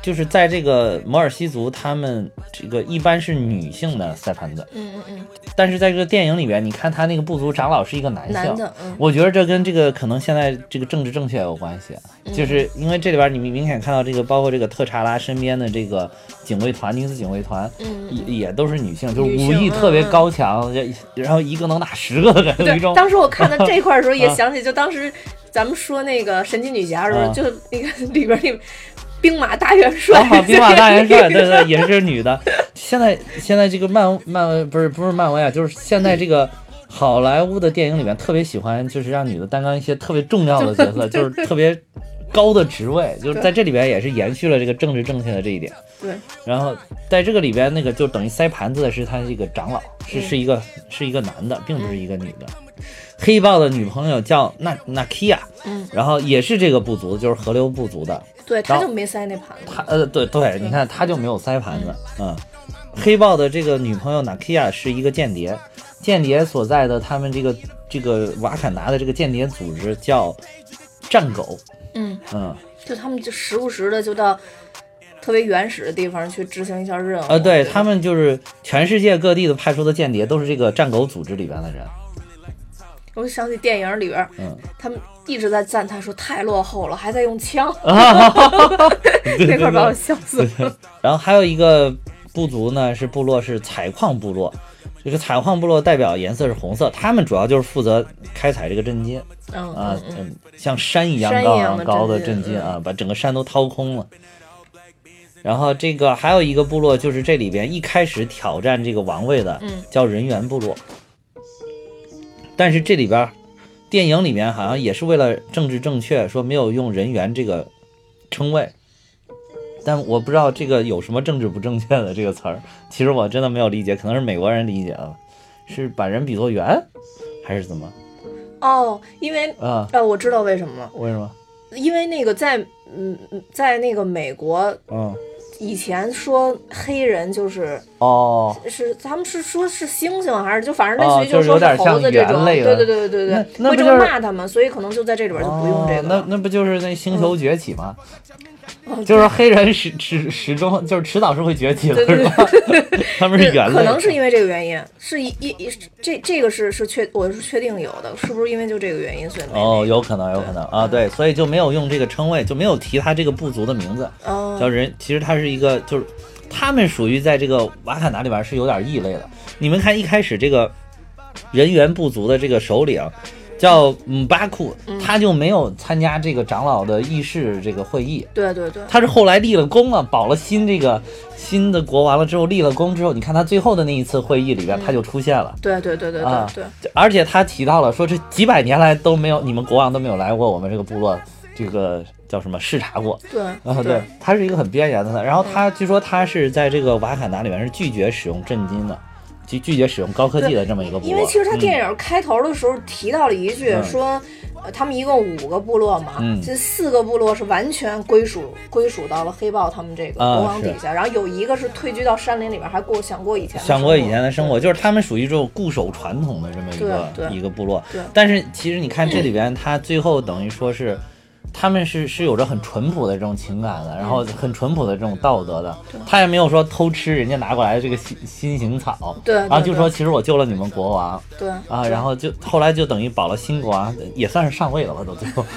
Speaker 2: 就是在这个摩尔西族，他们这个一般是女性的塞盘子，
Speaker 3: 嗯嗯嗯，
Speaker 2: 但是在这个电影里边，你看他那个部族长老是一个男性，
Speaker 3: 男的嗯
Speaker 2: 我觉得这跟这个可能现在这个政治正确有关系，
Speaker 3: 嗯
Speaker 2: 就是因为这里边你明明显看到这个，包括这个特查拉身边的这个警卫团，女子警卫团，
Speaker 3: 嗯
Speaker 2: 也也都是女性，就是
Speaker 3: 女性
Speaker 2: 武艺特别
Speaker 3: 嗯嗯
Speaker 2: 高强，然后一个能打十个的感觉，有一种
Speaker 3: 对，当时我看到这块儿的
Speaker 2: [laughs]
Speaker 3: 时候，也
Speaker 2: 啊
Speaker 3: 想起就当时咱们说那个神奇女侠的时候，
Speaker 2: 啊
Speaker 3: 就那个 [laughs] 里边那个兵马大元帅，
Speaker 2: 好，哦啊兵马大元
Speaker 3: [laughs]
Speaker 2: 帅，对对，也是女的。现在现在这个漫漫威不是不是漫威啊，就是现在这个好莱坞的电影里面特别喜欢，就是让女的担纲一些特别重要的角色，就是特别高的职位，就是在这里边也是延续了这个政治正确的这一点。
Speaker 3: 对，
Speaker 2: 然后在这个里边，那个就等于塞盘子的是他这个长老，是
Speaker 3: 嗯
Speaker 2: 是一个是一个男的，并不是一个女的。黑豹的女朋友叫那那 Kia，
Speaker 3: 嗯，
Speaker 2: 然后也是这个部族，就是河流部族的。
Speaker 3: 对，
Speaker 2: 然
Speaker 3: 他
Speaker 2: 后
Speaker 3: 就没塞那盘子。
Speaker 2: 他呃，对对，你看他就没有塞盘子，嗯。黑豹的这个女朋友 Nakia 是一个间谍，间谍所在的他们这个这个瓦坎达的这个间谍组织叫战狗，
Speaker 3: 嗯，
Speaker 2: 嗯，
Speaker 3: 就他们就时不时的就到特别原始的地方去执行一下任务。
Speaker 2: 呃，对他们就是全世界各地的派出的间谍都是这个战狗组织里边的人，
Speaker 3: 我就想起电影里边儿，
Speaker 2: 嗯
Speaker 3: 他们一直在赞叹说太落后了，还在
Speaker 2: [laughs]
Speaker 3: 用枪， [laughs]
Speaker 2: 对
Speaker 3: 那
Speaker 2: 对
Speaker 3: 块儿把我
Speaker 2: [laughs] 对。
Speaker 3: 笑死了。
Speaker 2: 然后还有一个部族呢，是部落是采矿部落，这个采矿部落代表颜色是红色，他们主要就是负责开采这个镇街，
Speaker 3: 嗯
Speaker 2: 啊
Speaker 3: 嗯，嗯，
Speaker 2: 嗯，像山一样
Speaker 3: 山一
Speaker 2: 高
Speaker 3: 样
Speaker 2: 啊
Speaker 3: 的
Speaker 2: 高的
Speaker 3: 震
Speaker 2: 震
Speaker 3: 惊
Speaker 2: 惊啊，把整个山都掏空了。然后这个还有一个部落，就是这里边一开始挑战这个王位的，
Speaker 3: 嗯
Speaker 2: 叫人猿部落。但是这里边电影里面好像也是为了政治正确，说没有用人猿这个称谓。但我不知道这个有什么政治不正确的这个词儿，其实我真的没有理解，可能是美国人理解啊，是把人比作猿，还是怎么
Speaker 3: 哦，因为
Speaker 2: 啊？
Speaker 3: 呃，我知道为什么了，
Speaker 2: 为什么？
Speaker 3: 因为那个在嗯嗯在那个美国
Speaker 2: 嗯。
Speaker 3: 以前说黑人就是
Speaker 2: 哦，
Speaker 3: 是他们是说是猩猩还是就反正类似
Speaker 2: 哦
Speaker 3: 于就
Speaker 2: 就是
Speaker 3: 是说
Speaker 2: 有点
Speaker 3: 猴
Speaker 2: 像
Speaker 3: 子这种，
Speaker 2: 猿类
Speaker 3: 对
Speaker 2: 了
Speaker 3: 对对对对
Speaker 2: 那那
Speaker 3: 会
Speaker 2: 不
Speaker 3: 这
Speaker 2: 就
Speaker 3: 么
Speaker 2: 是
Speaker 3: 骂他们，所以可能就在这里边就不用这个
Speaker 2: 哦
Speaker 3: 了。
Speaker 2: 那那不就是那星球崛起吗？
Speaker 3: 哦
Speaker 2: 就是黑人始始始终就是迟早是会崛起的，
Speaker 3: 对对
Speaker 2: 是吧？ [laughs] 他们是猿类，
Speaker 3: 可能是因为这个原因，是一一一这这个是是确我是确定有的，是不是因为就这个原因所以没那个？
Speaker 2: 哦，有可能，有可能啊，对，所以就没有用这个称谓，就没有提他这个部族的名字，
Speaker 3: 哦，
Speaker 2: 叫人。其实他是一个，就是他们属于在这个瓦坎达里边是有点异类的。你们看一开始这个人猿部族的这个首领。叫姆巴库，
Speaker 3: 嗯
Speaker 2: 他就没有参加这个长老的议事这个会议，
Speaker 3: 对对对，
Speaker 2: 他是后来立了功了，保了新这个新的国王了之后，立了功之后，你看他最后的那一次会议里边，他就出现了。
Speaker 3: 对对对对对
Speaker 2: 啊
Speaker 3: 对，
Speaker 2: 而且他提到了说，这几百年来都没有你们国王都没有来过我们这个部落，这个叫什么视察过啊？
Speaker 3: 对嗯
Speaker 2: 对，，他是一个很边缘的。然后他据说他是在这个瓦坎达里面是拒绝使用震惊的，拒拒绝使用高科技的这么一个部落。
Speaker 3: 因为其实他电
Speaker 2: 嗯
Speaker 3: 影开头的时候提到了一句，
Speaker 2: 嗯
Speaker 3: 说、呃他们一共五个部落嘛，
Speaker 2: 嗯
Speaker 3: 这四个部落是完全归属归属到了黑豹他们这个
Speaker 2: 啊
Speaker 3: 国王
Speaker 2: 是
Speaker 3: 底下，然后有一个是退居到山林里边，还过想过以前的
Speaker 2: 想过以前的生
Speaker 3: 活。
Speaker 2: 活，就是他们属于这种固守传统的这么一
Speaker 3: 对
Speaker 2: 个
Speaker 3: 对
Speaker 2: 一个部落
Speaker 3: 对。
Speaker 2: 但是其实你看这里边，他最后等于说是，他们是是有着很淳朴的这种情感的，然
Speaker 3: 嗯
Speaker 2: 后很淳朴的这种道德的。他也没有说偷吃人家拿过来的这个新新型草，
Speaker 3: 对对
Speaker 2: 然后就
Speaker 3: 对
Speaker 2: 说其实我救了你们国王
Speaker 3: 对
Speaker 2: 啊，然后就后来就等于保了新国王，也算是上位了吧，都最后。 [laughs]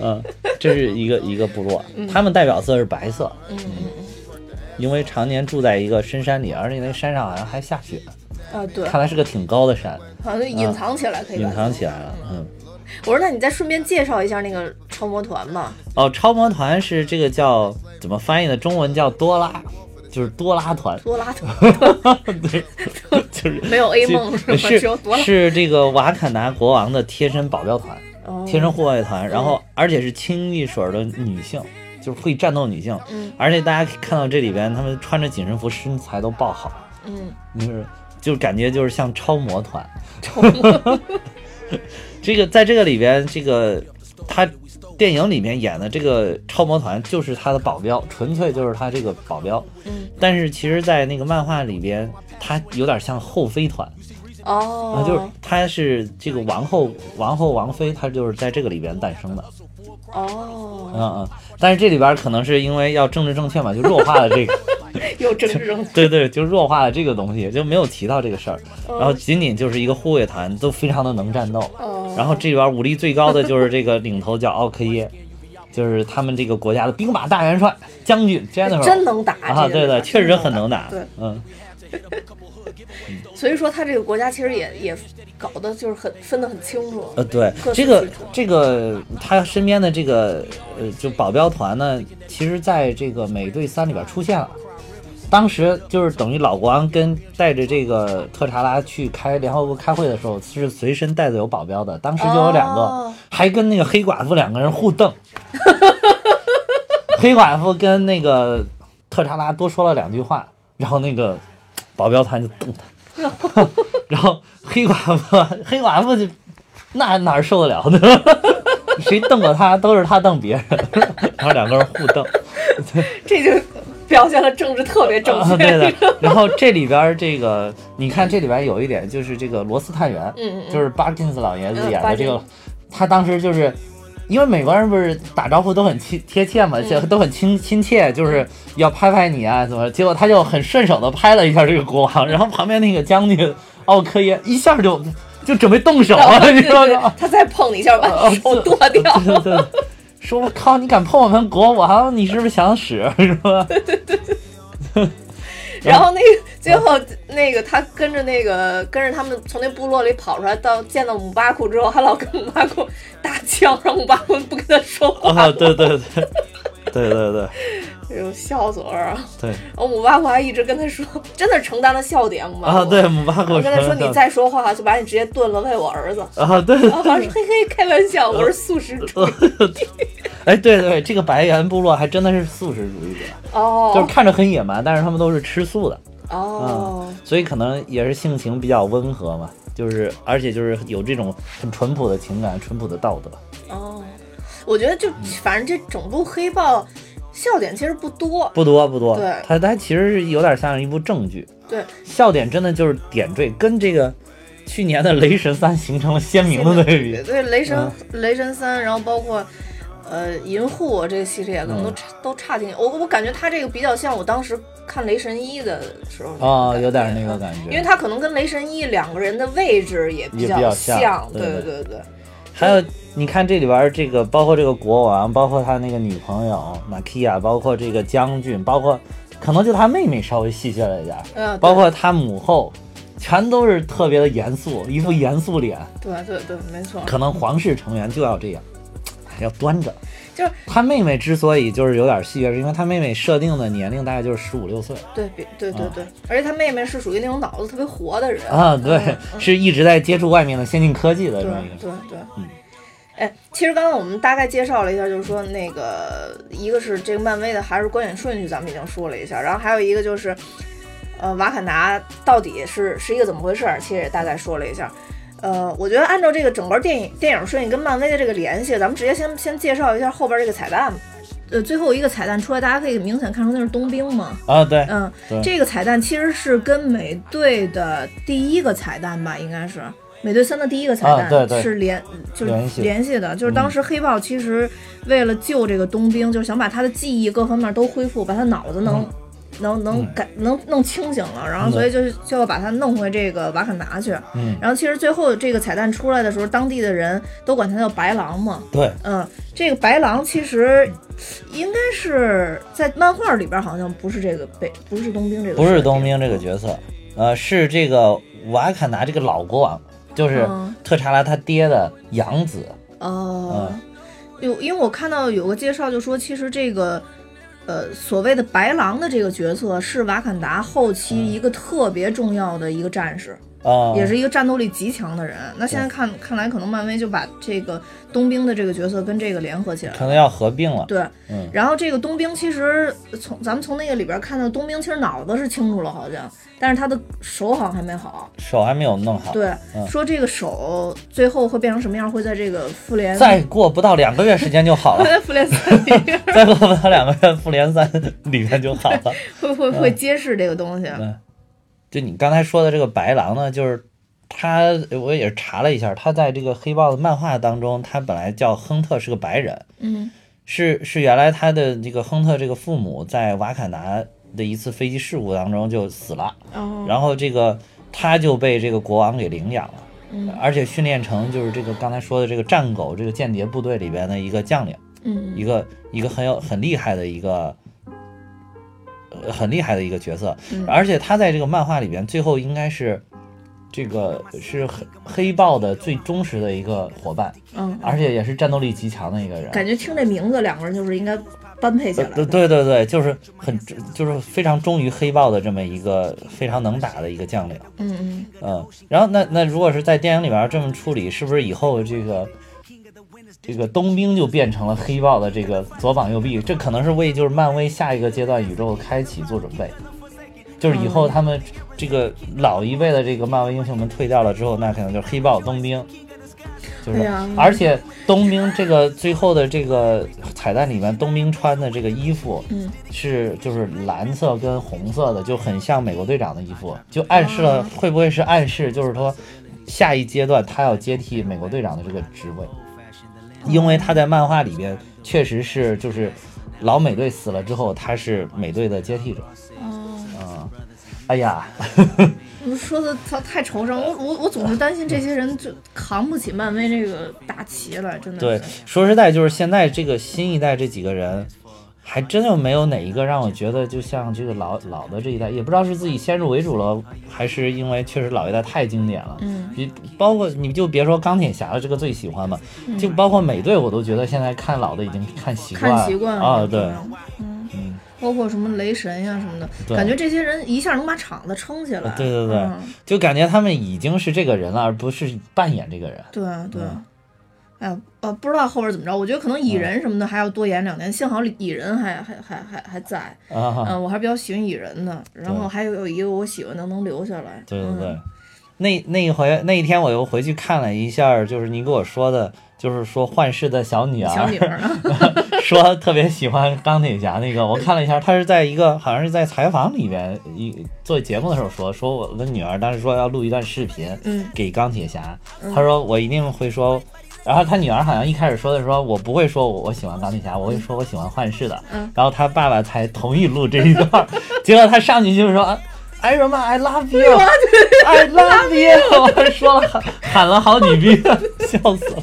Speaker 2: 嗯，这是一个一个部落，他们代表色是白色，
Speaker 3: 嗯嗯嗯
Speaker 2: 因为常年住在一个深山里，而且那山上好像还下雪，
Speaker 3: 啊对，
Speaker 2: 看来是个挺高的山，
Speaker 3: 好像就隐藏起来可以
Speaker 2: 隐
Speaker 3: 吧？
Speaker 2: 藏起来了。嗯，
Speaker 3: 我说那你再顺便介绍一下那个超模团吧，，
Speaker 2: 哦，超模团是这个叫怎么翻译的？中文叫多拉，就是多拉团 [laughs]
Speaker 3: 多拉团
Speaker 2: 对， [laughs] 就是
Speaker 3: 没有 A 梦是
Speaker 2: 是
Speaker 3: 吗？只有多拉
Speaker 2: 是是这个瓦坎达国王的贴身保镖团、
Speaker 3: 哦嗯
Speaker 2: 贴身护卫团，然后而且是清一水儿的女性。就是会战斗女性，
Speaker 3: 嗯
Speaker 2: 而且大家可以看到这里边，她们穿着紧身服，身材都爆好，
Speaker 3: 嗯
Speaker 2: 就是就感觉就是像超模团。 [laughs] 这个在这个里边，这个他电影里面演的这个超模团就是他的保镖，纯粹就是他这个保镖。
Speaker 3: 嗯
Speaker 2: 但是其实，在那个漫画里边，他有点像后妃团，啊，
Speaker 3: 哦，
Speaker 2: 就是他是这个王后、王后、王妃，他就是在这个里边诞生的。
Speaker 3: 哦，
Speaker 2: 嗯嗯，但是这里边可能是因为要政治正确嘛，就弱化了这个。
Speaker 3: [laughs] 又政治正确
Speaker 2: 对对，就弱化了这个东西，就没有提到这个事儿。然后仅仅就是一个护卫团，都非常的能战斗。
Speaker 3: 哦
Speaker 2: 然后这里边武力最高的就是这个领头叫奥克耶，就是他们这个国家的兵马大元帅将军 General。
Speaker 3: 哎真能打
Speaker 2: 啊，
Speaker 3: 这个
Speaker 2: 对
Speaker 3: 人
Speaker 2: 的，确实很能打。
Speaker 3: 对
Speaker 2: 嗯，
Speaker 3: 所以说他这个国家其实也也搞得就是很分得很清楚。
Speaker 2: 呃，对
Speaker 3: 各，
Speaker 2: 这
Speaker 3: 司
Speaker 2: 个
Speaker 3: 其职
Speaker 2: 这个他身边的这个呃，就保镖团呢，其实在这个美队三里边出现了。当时就是等于老国王跟带着这个特查拉去开联合国开会的时候，是随身带着有保镖的。当时就有两个，
Speaker 3: 哦
Speaker 2: 还跟那个黑寡妇两个人互 [laughs] 瞪。黑寡妇跟那个特查拉多说了两句话，然后那个保镖团就瞪他，然后黑寡妇黑寡妇就那哪儿受得了呢？ [laughs] 谁瞪过他，都是他瞪别人，然后两个人互瞪。
Speaker 3: 这就表现了政治特别正
Speaker 2: 啊，
Speaker 3: 确。
Speaker 2: 对 [laughs] 的。然后这里边儿这个，你看这里边儿有一点就是这个罗斯探员，
Speaker 3: 嗯嗯嗯
Speaker 2: 就是巴金斯老爷子
Speaker 3: 嗯
Speaker 2: 演
Speaker 3: 巴
Speaker 2: 的
Speaker 3: 金
Speaker 2: 这个，他当时就是。因为美国人不是打招呼都很亲贴切嘛，
Speaker 3: 嗯
Speaker 2: 就都很亲亲切，就是要拍拍你啊，怎么？结果他就很顺手的拍了一下这个国王，然后旁边那个将军奥科耶一下就就准备动手
Speaker 3: 然后
Speaker 2: 哦了，你哦
Speaker 3: 对
Speaker 2: 知道
Speaker 3: 哦对
Speaker 2: 吗？
Speaker 3: 他再碰你一下，把手剁掉。
Speaker 2: [laughs] 对对，说我靠，你敢碰我们国王，你是不是想死是吧？
Speaker 3: 然后那个最后那个他跟着那个跟着他们从那部落里跑出来，到见到姆巴库之后，还老跟姆巴库打枪，让姆巴库不跟他说话，
Speaker 2: 啊，对对对，对对对
Speaker 3: 哎呦笑死我了。
Speaker 2: 对
Speaker 3: 然后姆巴库还一直跟他说，真的是承担了笑点姆巴库
Speaker 2: 啊，对，姆巴
Speaker 3: 我
Speaker 2: 库
Speaker 3: 跟他说你再说话就把你直接炖了喂我儿子。
Speaker 2: 啊，
Speaker 3: [laughs]
Speaker 2: 对，
Speaker 3: 然后他
Speaker 2: [laughs]
Speaker 3: 说嘿嘿，开玩笑，我是素食主义。
Speaker 2: 哎，对对，这个白猿部落还真的是素食主义者，就是啊
Speaker 3: 哦
Speaker 2: 看着很野蛮，但是他们都是吃素的，
Speaker 3: 哦，
Speaker 2: 所以可能也是性情比较温和嘛，就是而且就是有这种很淳朴的情感、淳朴的道德。
Speaker 3: 哦，我觉得就
Speaker 2: 嗯
Speaker 3: 反正这整部黑豹笑点其实不多，
Speaker 2: 不多不多，
Speaker 3: 对
Speaker 2: 它它其实是有点像一部正剧，
Speaker 3: 对，
Speaker 2: 笑点真的就是点缀，跟这个去年的《雷神三》形成了鲜明嗯的对比。
Speaker 3: 对雷神、雷神三，然后包括呃银护这个系列，可能
Speaker 2: 嗯
Speaker 3: 都差、都差进去。我我感觉他这个比较像我当时看雷神一的时候
Speaker 2: 哦，有
Speaker 3: 点
Speaker 2: 点那个感觉，
Speaker 3: 因为他可能跟雷神一两个人的位置也比
Speaker 2: 也比较
Speaker 3: 像，
Speaker 2: 像
Speaker 3: 对
Speaker 2: 对
Speaker 3: 对对，
Speaker 2: 还有，你看这里边儿这个，包括这个国王，包括他那个女朋友玛基亚，包括这个将军，包括可能就他妹妹稍微戏谑了一点儿，
Speaker 3: 嗯、对
Speaker 2: 包括他母后，全都是特别的严肃，一副严肃脸。
Speaker 3: 对对对，没错，
Speaker 2: 可能皇室成员就要这样，哎要端着。
Speaker 3: 就是
Speaker 2: 他妹妹之所以就是有点戏谑，是因为他妹妹设定的年龄大概就是十五六岁
Speaker 3: 对比对对
Speaker 2: 啊
Speaker 3: 对，而且他妹妹是属于那种脑子特别活的人
Speaker 2: 啊，对
Speaker 3: 嗯，
Speaker 2: 是一直在接触外面的先进科技的这
Speaker 3: 对
Speaker 2: 么一个。
Speaker 3: 对对，
Speaker 2: 嗯。
Speaker 3: 哎，其实刚刚我们大概介绍了一下，就是说那个一个是这个漫威的，还是观影顺序，咱们已经说了一下，然后还有一个就是，呃，瓦坎达到底是是一个怎么回事儿，其实也大概说了一下。呃，我觉得按照这个整个电影电影顺序跟漫威的这个联系，咱们直接先先介绍一下后边这个彩蛋吧。呃，最后一个彩蛋出来，大家可以明显看出那是冬兵嘛。
Speaker 2: 啊，对，
Speaker 3: 嗯，
Speaker 2: 对
Speaker 3: 这个彩蛋其实是跟美队的第一个彩蛋吧，应该是美队三的第一个彩蛋，
Speaker 2: 啊对对
Speaker 3: 是联就是
Speaker 2: 联系的
Speaker 3: 联系的，就是当时黑豹其实为了救这个冬兵，就是想把他的记忆各方面都恢复，把他脑子能。能能
Speaker 2: 嗯
Speaker 3: 改能弄清醒了，然后
Speaker 2: 嗯
Speaker 3: 所以就就要把他弄回这个瓦坎达去。
Speaker 2: 嗯
Speaker 3: 然后其实最后这个彩蛋出来的时候，当地的人都管他叫白狼嘛。
Speaker 2: 对，
Speaker 3: 嗯，这个白狼其实应该是在漫画里边，好像不是这个被不是冬兵这个
Speaker 2: 不
Speaker 3: 设
Speaker 2: 是
Speaker 3: 定
Speaker 2: 冬兵这个角色，呃，是这个瓦坎达这个老国王，就是
Speaker 3: 嗯
Speaker 2: 特查拉他爹的养子。
Speaker 3: 哦。
Speaker 2: 嗯
Speaker 3: 有，因为我看到有个介绍就说，其实这个呃所谓的白狼的这个角色是瓦坎达后期一个特别重要的一个战士，
Speaker 2: 啊、
Speaker 3: 也是一个战斗力极强的人。那现在看看来，可能漫威就把这个冬兵的这个角色跟这个联合起来了
Speaker 2: 可。能要合并了。
Speaker 3: 对，
Speaker 2: 嗯
Speaker 3: 然后这个冬兵其实从咱们从那个里边看到，冬兵其实脑子是清楚了，好像，但是他的手好像还没好。
Speaker 2: 手还没有弄好。，
Speaker 3: 对，
Speaker 2: 嗯
Speaker 3: 说这个手最后会变成什么样，会在这个复联
Speaker 2: 再过不到两个月时间就好
Speaker 3: [laughs]
Speaker 2: 了，
Speaker 3: 在复联三里边
Speaker 2: 再过不到两个月，复联三里面就好
Speaker 3: [laughs]
Speaker 2: 了。
Speaker 3: 会会会揭示这个东西。
Speaker 2: 嗯，就你刚才说的这个白狼呢，就是他，我也是查了一下，他在这个黑豹的漫画当中，他本来叫亨特，是个白人，
Speaker 3: 嗯，
Speaker 2: 是是原来他的这个亨特这个父母在瓦坎达的一次飞机事故当中就死了，
Speaker 3: 哦，
Speaker 2: 然后这个他就被这个国王给领养了。
Speaker 3: 嗯
Speaker 2: 而且训练成就是这个刚才说的这个战狗这个间谍部队里边的一个将领，
Speaker 3: 嗯
Speaker 2: 一个一个很有很厉害的一个，呃，很厉害的一个角色。
Speaker 3: 嗯
Speaker 2: 而且他在这个漫画里边，最后应该是这个是黑黑豹的最忠实的一个伙伴，
Speaker 3: 嗯，
Speaker 2: 而且也是战斗力极强的一个人。
Speaker 3: 感觉听这名字，两个人就是应该般配下来
Speaker 2: 呃对
Speaker 3: 的。
Speaker 2: 对对对，就是很就是非常忠于黑豹的这么一个非常能打的一个将领。
Speaker 3: 嗯嗯，
Speaker 2: 嗯，然后那那如果是在电影里边这么处理，是不是以后这个这个冬兵就变成了黑豹的这个左膀右臂？这可能是为就是漫威下一个阶段宇宙开启做准备，就是以后他们这个老一辈的这个漫威英雄们退掉了之后，那可能就是黑豹、冬兵。就是
Speaker 3: 哎呀，
Speaker 2: 而且冬兵这个最后的这个彩蛋里面，冬兵穿的这个衣服，
Speaker 3: 嗯，
Speaker 2: 是就是蓝色跟红色的，就很像美国队长的衣服，就暗示了会不会是暗示，就是说下一阶段他要接替美国队长的这个职位，因为他在漫画里边确实是就是老美队死了之后，他是美队的接替者。嗯，哎呀，
Speaker 3: 你哦说的他太重生，我我我总是担心这些人就扛不起漫威这个大旗来，真的
Speaker 2: 对
Speaker 3: 是。，
Speaker 2: 说实在，就是现在这个新一代这几个人，还真就没有哪一个让我觉得就像这个老老的这一代，也不知道是自己先入为主了，还是因为确实老一代太经典了。
Speaker 3: 嗯，
Speaker 2: 你包括你就别说钢铁侠了，这个最喜欢嘛，
Speaker 3: 嗯
Speaker 2: 就包括美队，我都觉得现在看老的已经看习惯
Speaker 3: 看习惯了
Speaker 2: 啊，对，
Speaker 3: 嗯，包括什么雷神呀、什么的，
Speaker 2: 对啊
Speaker 3: 感觉这些人一下能把场子撑起来。
Speaker 2: 对对对
Speaker 3: 嗯
Speaker 2: 就感觉他们已经是这个人了，而不是扮演这个人。
Speaker 3: 对啊，对
Speaker 2: 嗯
Speaker 3: 啊。哎呀，呃，不知道后边怎么着，我觉得可能蚁人什么的还要多演两年，幸好蚁人还还还还还在，
Speaker 2: 啊哈
Speaker 3: 嗯、我还比较喜欢蚁人的，然后
Speaker 2: 对
Speaker 3: 还有有一个我喜欢的能留下来，
Speaker 2: 对对
Speaker 3: 嗯
Speaker 2: 对，那那一回那一天我又回去看了一下，就是你给我说的，就是说幻视的小女儿，
Speaker 3: 小女儿，啊
Speaker 2: [laughs] 说特别喜欢钢铁侠那个，我看了一下，她是在一个好像是在采访里面一做节目的时候说，说我跟女儿当时说要录一段视频，
Speaker 3: 嗯，
Speaker 2: 给钢铁侠，她说我一定会说。然后她女儿好像一开始说的说，我不会说我我喜欢钢铁侠，我会说我喜欢幻视的。
Speaker 3: 嗯
Speaker 2: 然后她爸爸才同意录这一段，结果她上去就是 [laughs] 说啊，Iron Man，I love you。I [laughs] love [laughs] you，我说了喊喊了好几遍， [laughs] 笑死了。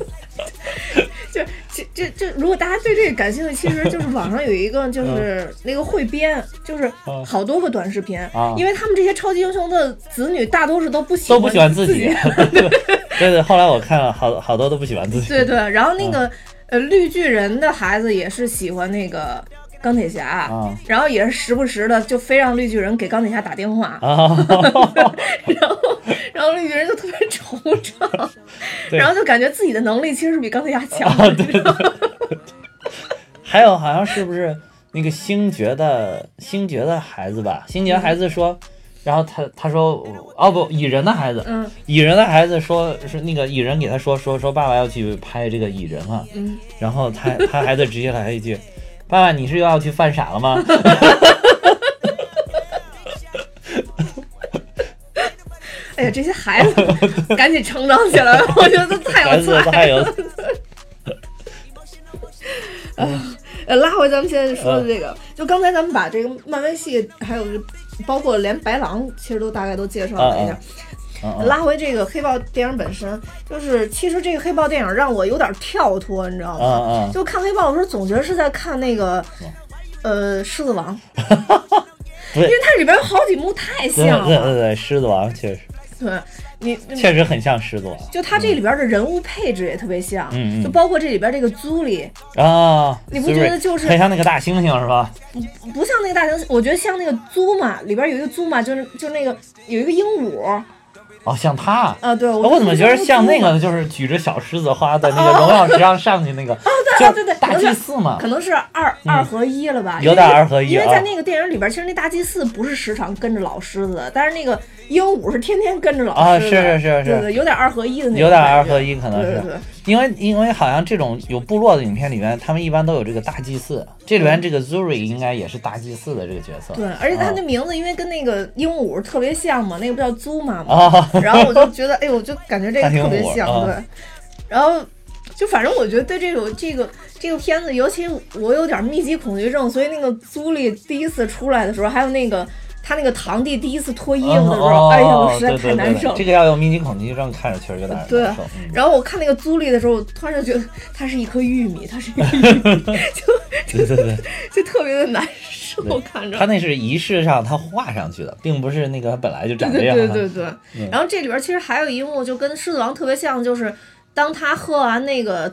Speaker 3: [laughs] 就这这这，如果大家对这个感兴趣，其实就是网上有一个
Speaker 2: 嗯
Speaker 3: 就是那个汇编，就是好多个短视频，
Speaker 2: 啊
Speaker 3: 因为他们这些超级英雄的子女大多数都不喜
Speaker 2: 都不喜欢自
Speaker 3: 自
Speaker 2: 己。 [laughs] 对对对，后来我看了好好多都不喜欢自己。
Speaker 3: 对对，然后
Speaker 2: 嗯
Speaker 3: 那个、呃绿巨人的孩子也是喜欢那个钢铁侠，
Speaker 2: 啊
Speaker 3: 然后也是时不时的就非让绿巨人给钢铁侠打电话，
Speaker 2: 啊，
Speaker 3: [laughs]
Speaker 2: [laughs]
Speaker 3: 然后然后绿巨人就特别惆怅，
Speaker 2: 对
Speaker 3: 然后就感觉自己的能力其实是比钢铁侠强
Speaker 2: 啊
Speaker 3: 的，
Speaker 2: 对对对。还有好像是不是那个星爵的星爵的孩子吧？星爵孩子说，然后他他说哦不，蚁人的孩子，
Speaker 3: 嗯
Speaker 2: 蚁人的孩子说是那个蚁人给他说说说爸爸要去拍这个蚁人了，
Speaker 3: 嗯
Speaker 2: 然后他他孩子直接来一句。 [laughs] 爸爸，你是又要去犯傻了
Speaker 3: [laughs]
Speaker 2: 吗？
Speaker 3: 哎呀，这些孩子 [laughs] 赶紧成长起来吧，哎我觉得太
Speaker 2: 孩
Speaker 3: 有
Speaker 2: 子
Speaker 3: 才
Speaker 2: 太有
Speaker 3: 了。呃，拉回咱们现在说
Speaker 2: 嗯
Speaker 3: 的这个，就刚才咱们把这个漫威系，还有就包括连白狼，其实都大概都介绍了一下
Speaker 2: 啊。嗯嗯
Speaker 3: 拉回这个黑豹电影本身，就是其实这个黑豹电影让我有点跳脱，你知道
Speaker 2: 嗯
Speaker 3: 吗？ [laughs]
Speaker 2: 嗯，
Speaker 3: 就看黑豹的时候，总觉得是在看那个，呃，狮子王，
Speaker 2: 对
Speaker 3: 因为它里边有好几幕太
Speaker 2: 对
Speaker 3: 像
Speaker 2: 对对
Speaker 3: 了。
Speaker 2: 对，狮子王确实
Speaker 3: 对，你
Speaker 2: 确实很像狮子王。
Speaker 3: 就它这里边的人物配置也特别像，
Speaker 2: 嗯嗯
Speaker 3: 就包括这里边这个朱莉，
Speaker 2: 啊，
Speaker 3: 你不觉得就是
Speaker 2: 很像那个大猩猩是吧？
Speaker 3: 不像那个大猩，我觉得像那个祖玛里边有一个祖玛，就是就那个有一个鹦鹉
Speaker 2: 哦，像他。
Speaker 3: 啊，对，
Speaker 2: 我怎么觉得像那
Speaker 3: 个哦
Speaker 2: 个，就是举着小狮子花在那个荣
Speaker 3: [laughs]
Speaker 2: 耀石上上去那个，就
Speaker 3: [laughs] 对对对
Speaker 2: 大祭祀嘛嗯
Speaker 3: 可，能是二二合一了吧，
Speaker 2: 有点二合一
Speaker 3: 因为
Speaker 2: 啊
Speaker 3: 在那个电影里边，其实那大祭司不是时常跟着老狮子，但是那个鹦鹉是天天跟着老
Speaker 2: 啊
Speaker 3: 狮子，
Speaker 2: 是是是是
Speaker 3: 对对，有点二合一的那种，
Speaker 2: 有点二合。一，可能
Speaker 3: 对对
Speaker 2: 是
Speaker 3: 对，
Speaker 2: 因为因为好像这种有部落的影片里面，他们一般都有这个大祭祀，这里面这个 Zuri 应该也是大祭祀的这个角色。
Speaker 3: 对，而且它
Speaker 2: 啊
Speaker 3: 那名字因为跟那个鹦鹉特别像嘛，那个不叫祖玛嘛，
Speaker 2: 啊，
Speaker 3: 然后
Speaker 2: [laughs]
Speaker 3: 我就觉得，哎呦，我就感觉这个
Speaker 2: 大鹦鹉
Speaker 3: 特别像，
Speaker 2: 啊
Speaker 3: 对。然后就反正我觉得对这种这个这个片子，尤其我有点密集恐惧症，所以那个朱莉第一次出来的时候，还有那个他那个堂弟第一次脱衣服的时候，
Speaker 2: 哦
Speaker 3: 哎呀，我实在
Speaker 2: 对对
Speaker 3: 太
Speaker 2: 对
Speaker 3: 难
Speaker 2: 对
Speaker 3: 受了
Speaker 2: 这。个要有密集恐惧症看着确实有点
Speaker 3: 对 [laughs]
Speaker 2: 难受。 [laughs] 嗯
Speaker 3: 然后我看那个朱莉的时候，我突然就觉得她是一颗玉米，她是一颗玉
Speaker 2: [laughs]
Speaker 3: 米，就
Speaker 2: 对对对，
Speaker 3: 就特别的难受，看着
Speaker 2: 他。那是仪式上他画上去的，并不是那个他本来就长这
Speaker 3: 对
Speaker 2: 样。
Speaker 3: 对对对。
Speaker 2: 嗯
Speaker 3: 然后这里边其实还有一幕就跟狮子王特别像，就是当他喝完那个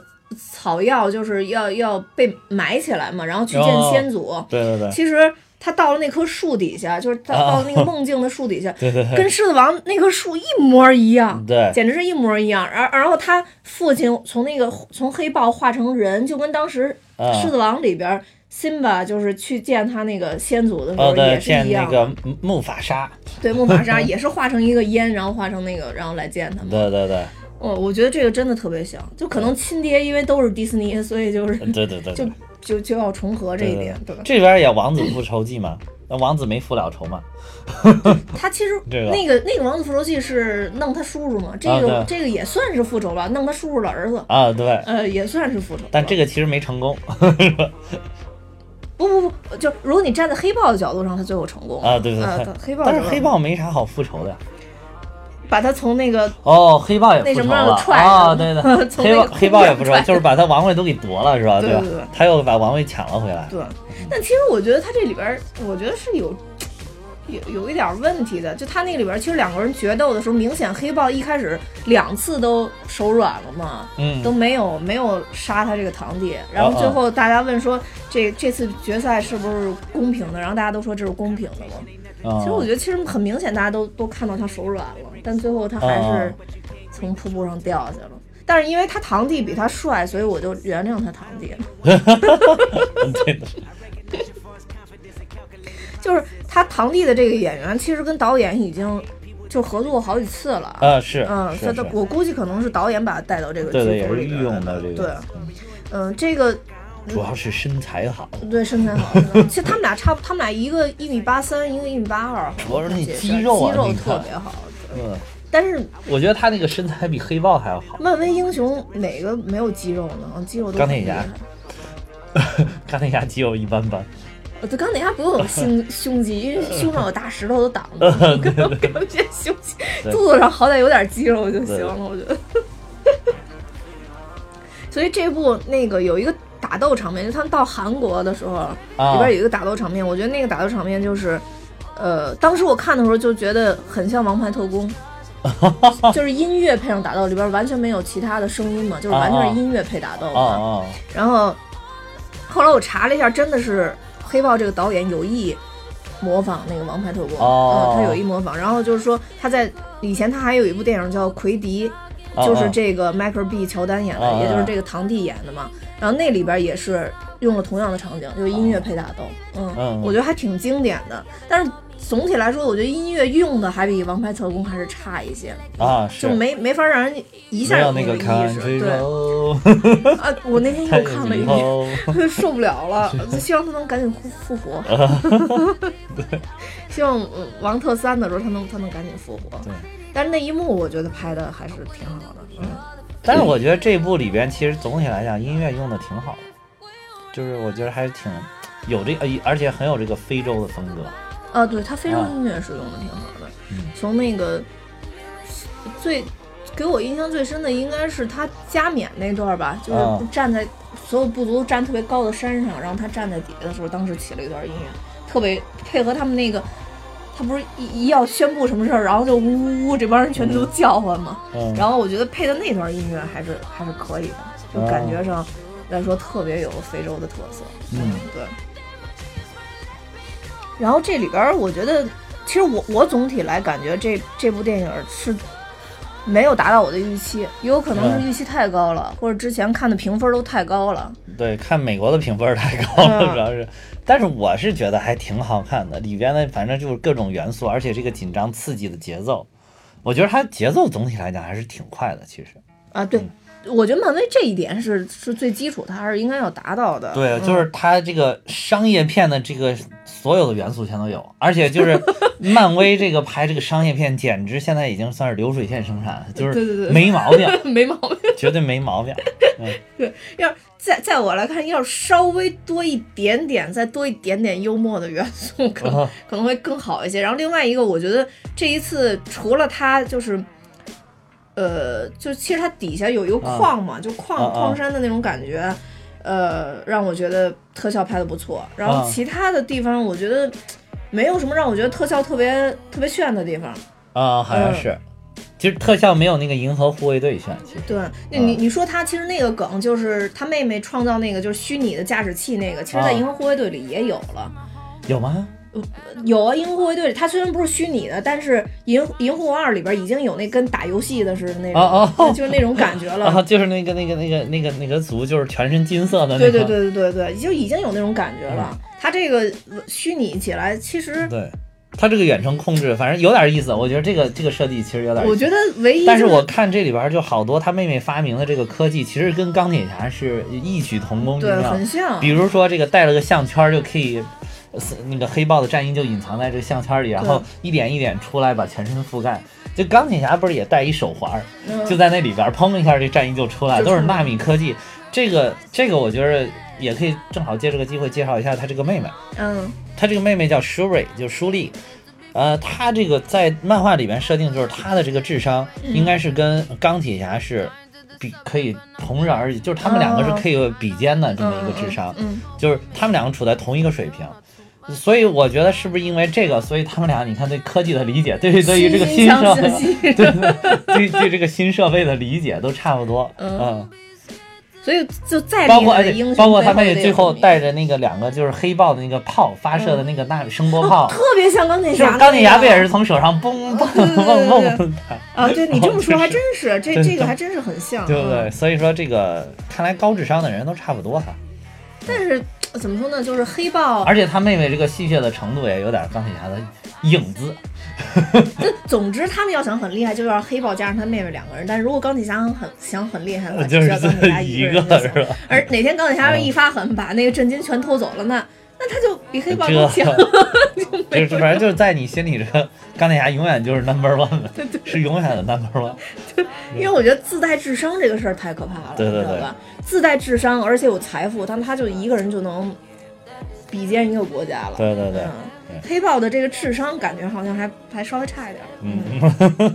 Speaker 3: 草药就是要要被埋起来嘛，然后去见
Speaker 2: 哦
Speaker 3: 先祖。
Speaker 2: 对对对，
Speaker 3: 其实他到了那棵树底下，就是他
Speaker 2: 啊
Speaker 3: 到了那个梦境的树底下，
Speaker 2: [laughs] 对对对
Speaker 3: 跟狮子王那棵树一模一样，
Speaker 2: 对
Speaker 3: 简直是一模一样。然然后他父亲从那个从黑豹化成人，就跟当时
Speaker 2: 啊
Speaker 3: 狮子王里边辛巴就是去见他那个先祖的时
Speaker 2: 哦
Speaker 3: 候
Speaker 2: 对，
Speaker 3: 也是
Speaker 2: 见
Speaker 3: 一
Speaker 2: 那
Speaker 3: 样，
Speaker 2: 个木木法沙，
Speaker 3: 对木法沙
Speaker 2: [laughs]
Speaker 3: 也是化成一个烟，然后化成那个，然后来见他们。
Speaker 2: 对对对
Speaker 3: 哦，我觉得这个真的特别像，就可能亲爹因为都是迪士尼，所以就是
Speaker 2: 对对对嗯对，
Speaker 3: 就就就要重合这一点，对吧？
Speaker 2: 这边也王子复仇记嘛，那王子没复了仇嘛，
Speaker 3: 他其实
Speaker 2: 这个
Speaker 3: 那个那个王子复仇记是弄他叔叔嘛，这个、
Speaker 2: 啊对
Speaker 3: 这个也算是复仇了，弄他叔叔的儿子，
Speaker 2: 啊对，
Speaker 3: 呃，也算是复仇了。
Speaker 2: 但这个其实没成功
Speaker 3: 哦不不不，就如果你站在黑豹的角度上，他最后成功了
Speaker 2: 啊，对对
Speaker 3: 呃
Speaker 2: 对，
Speaker 3: 黑豹，
Speaker 2: 但是黑豹没啥好复仇的呀。
Speaker 3: 把他从那个
Speaker 2: 哦，黑豹也
Speaker 3: 那
Speaker 2: 复
Speaker 3: 什
Speaker 2: 仇
Speaker 3: 么让
Speaker 2: 了
Speaker 3: 他踹
Speaker 2: 啊、
Speaker 3: 了
Speaker 2: 对的，
Speaker 3: [laughs] 从
Speaker 2: 黑
Speaker 3: 那
Speaker 2: 豹
Speaker 3: 个空
Speaker 2: 黑豹也
Speaker 3: 中
Speaker 2: 复仇
Speaker 3: 踹，
Speaker 2: 就是把他王位都给夺了，是吧？
Speaker 3: 对
Speaker 2: 吧
Speaker 3: 对对？
Speaker 2: 他又把王位抢了回来。
Speaker 3: 对，但其实我觉得他这里边儿，我觉得是有。有有一点问题的，就他那里边儿，其实两个人决斗的时候，明显黑豹一开始两次都手软了嘛，
Speaker 2: 嗯
Speaker 3: 都没有没有杀他这个堂弟。然后最后大家问说，这这次决赛是不是公平的？然后大家都说这是公平的嘛。
Speaker 2: 嗯
Speaker 3: 其实我觉得其实很明显，大家都都看到他手软了，但最后他还
Speaker 2: 哦
Speaker 3: 是从瀑布上掉下去了。但是因为他堂弟比他帅，所以我就原谅他堂弟了。 [laughs]
Speaker 2: 对的
Speaker 3: 就是他堂弟的这个演员，其实跟导演已经就合作过好几次了。
Speaker 2: 啊是，
Speaker 3: 嗯，
Speaker 2: 是
Speaker 3: 他
Speaker 2: 是
Speaker 3: 的我估计可能是导演把他带到这个
Speaker 2: 对的
Speaker 3: 剧
Speaker 2: 也
Speaker 3: 组
Speaker 2: 是
Speaker 3: 里
Speaker 2: 御
Speaker 3: 边来
Speaker 2: 用的这
Speaker 3: 对
Speaker 2: 个，，
Speaker 3: 嗯，这个
Speaker 2: 主要是身材好，
Speaker 3: 对身材好， [laughs] 嗯其实他们俩差不，他们俩一个一米八三，一个一米八二，
Speaker 2: 主要是那
Speaker 3: 这
Speaker 2: 肌肉啊
Speaker 3: 肌肉
Speaker 2: 你看
Speaker 3: 特别好。对
Speaker 2: 嗯，
Speaker 3: 但是
Speaker 2: 我觉得他那个身材比黑豹还要
Speaker 3: [laughs]
Speaker 2: 好。
Speaker 3: 漫威英雄哪个没有肌肉呢？肌肉都
Speaker 2: 钢铁
Speaker 3: 很厉
Speaker 2: 侠
Speaker 3: 害
Speaker 2: 钢铁侠肌肉一般
Speaker 3: [laughs]
Speaker 2: 般，
Speaker 3: 呃对，钢铁侠不用有
Speaker 2: [laughs]
Speaker 3: 胸胸肌，因为胸上有大石头都挡着，根本根本这胸肌，
Speaker 2: 对
Speaker 3: 肚子上好歹有点肌肉就
Speaker 2: 对对
Speaker 3: 行了，我觉得。 [laughs] 所以这部那个有一个打斗场面，就他们到韩国的时候，
Speaker 2: 啊
Speaker 3: 里边有一个打斗场面，我觉得那个打斗场面就是，呃，当时我看的时候就觉得很像《王牌
Speaker 2: [laughs]
Speaker 3: 特工》，就是音乐配上打斗，里边完全没有其他的声音嘛，就是完全是音乐配打斗嘛。
Speaker 2: 啊啊，
Speaker 3: 然后后来我查了一下，真的是黑豹这个导演有意模仿那个《王牌特工》
Speaker 2: 哦
Speaker 3: 嗯，他有意模仿。然后就是说他在以前他还有一部电影叫《奎迪》，
Speaker 2: 哦
Speaker 3: 就是这个迈克尔 B 乔丹演的，
Speaker 2: 哦哦
Speaker 3: 也就是这个堂弟演的嘛。然后那里边也是用了同样的场景，就是音乐配打斗，嗯，
Speaker 2: 嗯
Speaker 3: 我觉得还挺经典的。但是总体来说，我觉得音乐用的还比《王牌特工》还是差一些，
Speaker 2: 啊是
Speaker 3: 就没没法让人一下
Speaker 2: 没有
Speaker 3: 那
Speaker 2: 那
Speaker 3: 个
Speaker 2: 个
Speaker 3: 意识。
Speaker 2: country
Speaker 3: 对 [laughs]
Speaker 2: road，
Speaker 3: 啊，我那
Speaker 2: [laughs]
Speaker 3: 天又看了一遍。
Speaker 2: 后
Speaker 3: [laughs] 受不了了，
Speaker 2: [laughs]
Speaker 3: 就希望他能赶紧复复活。希望呃王特三的时候他能他能赶紧复活。
Speaker 2: 对。
Speaker 3: 但是那一幕我觉得拍的还是挺好的，嗯，
Speaker 2: [laughs] 但是我觉得这部里边其实总体来讲音乐用的挺好的，就是我觉得还是挺有这个，而且很有这个非洲的风格。
Speaker 3: 啊，对他非洲
Speaker 2: 啊嗯
Speaker 3: 音乐是用的挺好的，从那个最给我印象最深的应该是他加冕那段吧，就
Speaker 2: 啊
Speaker 3: 是站在、所有部族站特别高的山上，然后他站在底下的时候，当时起了一段音乐，特别配合他们那个。他不是一一要宣布什么事儿，然后就呜呜呜，这帮人全都叫唤嘛。
Speaker 2: 嗯
Speaker 3: 然后我觉得配的那段音乐还是还是可以的，就感觉上来说特别有非洲的特色。
Speaker 2: 嗯，
Speaker 3: 对。然后这里边儿我觉得，其实我我总体来感觉这这部电影是没有达到我的预期，也有可能是
Speaker 2: 嗯
Speaker 3: 预期太高了，或者之前看的评分都太高了。
Speaker 2: 对，看美国的评分太高了，
Speaker 3: 嗯
Speaker 2: 主要是，但是我是觉得还挺好看的，里边呢反正就是各种元素，而且这个紧张刺激的节奏，我觉得它节奏总体来讲还是挺快的，其实。
Speaker 3: 啊，对，
Speaker 2: 嗯
Speaker 3: 我觉得漫威这一点是是最基础，它还是应该要达到的。
Speaker 2: 对，就是它这个商业片的这个所有的元素全都有，而且就是 [laughs] 漫威这个拍这个商业片，简直现在已经算是流水线生产了，就
Speaker 3: 对对
Speaker 2: 是
Speaker 3: 对
Speaker 2: 没毛病，
Speaker 3: [laughs] 没毛病。
Speaker 2: [laughs] 绝对没毛病。
Speaker 3: 对， [laughs] 要在在我来看，要稍微多一点点，再多一点点幽默的元素，可能、
Speaker 2: 啊
Speaker 3: 可能会更好一些。然后另外一个，我觉得这一次除了他就是，呃，就其实它底下有一个矿嘛，就矿、
Speaker 2: 啊啊
Speaker 3: 矿山的那种感觉，呃，让我觉得特效拍的不错。然后
Speaker 2: 啊
Speaker 3: 其他的地方，我觉得没有什么让我觉得特效特别特别炫的地方。
Speaker 2: 啊、好像
Speaker 3: 嗯
Speaker 2: 是。其实特效没有那个银河护卫队炫，其实
Speaker 3: 对，那
Speaker 2: 嗯
Speaker 3: 你你说他其实那个梗就是他妹妹创造那个就是虚拟的驾驶器那个，其实
Speaker 2: 啊
Speaker 3: 在《银河护卫队》里也有了。
Speaker 2: 有吗？
Speaker 3: 有啊，《银河护卫队》里它虽然不是虚拟的，但是银《银护二》里边已经有那跟打游戏的似的那种，
Speaker 2: 哦哦
Speaker 3: 就是那种感觉了。
Speaker 2: 啊，就是那个那个那个那个那个族，就是全身金色的那
Speaker 3: 对
Speaker 2: 个，嗯
Speaker 3: 对对对对对，就已经有那种感觉了。它这个虚拟起来，其实
Speaker 2: 对，它这个远程控制，反正有点意思。我觉得这个这个设计其实有点意思。
Speaker 3: 我觉得唯一、就是，
Speaker 2: 但是我看这里边就好多他妹妹发明的这个科技，其实跟钢铁侠是异曲同工之
Speaker 3: 对
Speaker 2: 妙。
Speaker 3: 很像
Speaker 2: 比，如说这个带了个项圈就可以，呃那个黑豹的战衣就隐藏在这个项圈里，然后一点一点出来把全身覆盖。就钢铁侠不是也戴一手环儿，
Speaker 3: 嗯
Speaker 2: 就在那里边儿砰一下这战衣就出来，
Speaker 3: 就
Speaker 2: 都是
Speaker 3: 出来
Speaker 2: 纳米科技。这个这个我觉得也可以正好借这个机会介绍一下他这个妹妹。
Speaker 3: 嗯
Speaker 2: 她这个妹妹叫 Shuri，就舒丽。呃，她这个在漫画里面设定就是她的这个智商
Speaker 3: 嗯
Speaker 2: 应该是跟钢铁侠是比可以同日而语，就是他们两个是可以比肩的这么一个智商，
Speaker 3: 哦嗯
Speaker 2: 就是他们两个处在同一个水平。所以我觉得是不是因为这个，所以他们俩你看对科技的理解，对于对于这个
Speaker 3: 惺惺
Speaker 2: 新
Speaker 3: 相
Speaker 2: 设
Speaker 3: 惜
Speaker 2: 备， [laughs] 对对对对这个新设备的理解都差不多，
Speaker 3: 嗯
Speaker 2: 嗯
Speaker 3: [laughs] 所以就再
Speaker 2: 包
Speaker 3: 厉
Speaker 2: 括
Speaker 3: 害
Speaker 2: 而
Speaker 3: 的
Speaker 2: 且
Speaker 3: 英雄，
Speaker 2: 包括他妹
Speaker 3: 背
Speaker 2: 最
Speaker 3: 后
Speaker 2: 后
Speaker 3: 得有
Speaker 2: 带着那个两个就是黑豹的那个炮发射
Speaker 3: 嗯
Speaker 2: 的那个那声波炮，
Speaker 3: [laughs] 特别像钢铁
Speaker 2: 就
Speaker 3: 侠那
Speaker 2: 是
Speaker 3: 个，
Speaker 2: 钢铁侠不也是从手上嘣嘣
Speaker 3: 对对对
Speaker 2: 嘣
Speaker 3: 对
Speaker 2: 嘣蹦的，
Speaker 3: 啊？对你这
Speaker 2: [laughs]
Speaker 3: 么说还真
Speaker 2: 真
Speaker 3: 是，这
Speaker 2: 真
Speaker 3: 这个
Speaker 2: 是
Speaker 3: 还真是很像，
Speaker 2: 对不对？
Speaker 3: 嗯
Speaker 2: 所以说这个看来高智商的人都差不多哈，
Speaker 3: 但是怎么说呢，就是黑豹。
Speaker 2: 而且他妹妹这个戏谑的程度也有点钢铁侠的影子，
Speaker 3: 总之，他们要想很厉害，就要黑豹加上他妹妹两个人。但是如果钢铁侠很想很厉害的话，
Speaker 2: 呃就
Speaker 3: 只
Speaker 2: 是
Speaker 3: 呃要钢铁侠
Speaker 2: 一个嗯
Speaker 3: 个人就行
Speaker 2: 是吧？
Speaker 3: 而哪天钢铁侠要是一发狠，把那个震惊全偷走了，那那他 [laughs] 就比黑豹更
Speaker 2: 这
Speaker 3: 强。
Speaker 2: [laughs] 就是反正就是在你心里，这个钢铁侠永远就是 number one 的，是永远的 number one。
Speaker 3: 因为我觉得自带智商这个事儿太可怕了，
Speaker 2: 对对
Speaker 3: 你知道吧？自带智商，而且有财富，但他就一个人就能比肩一个国家了。
Speaker 2: 对对对，
Speaker 3: 嗯，黑豹的这个智商感觉好像还还稍微差一点儿。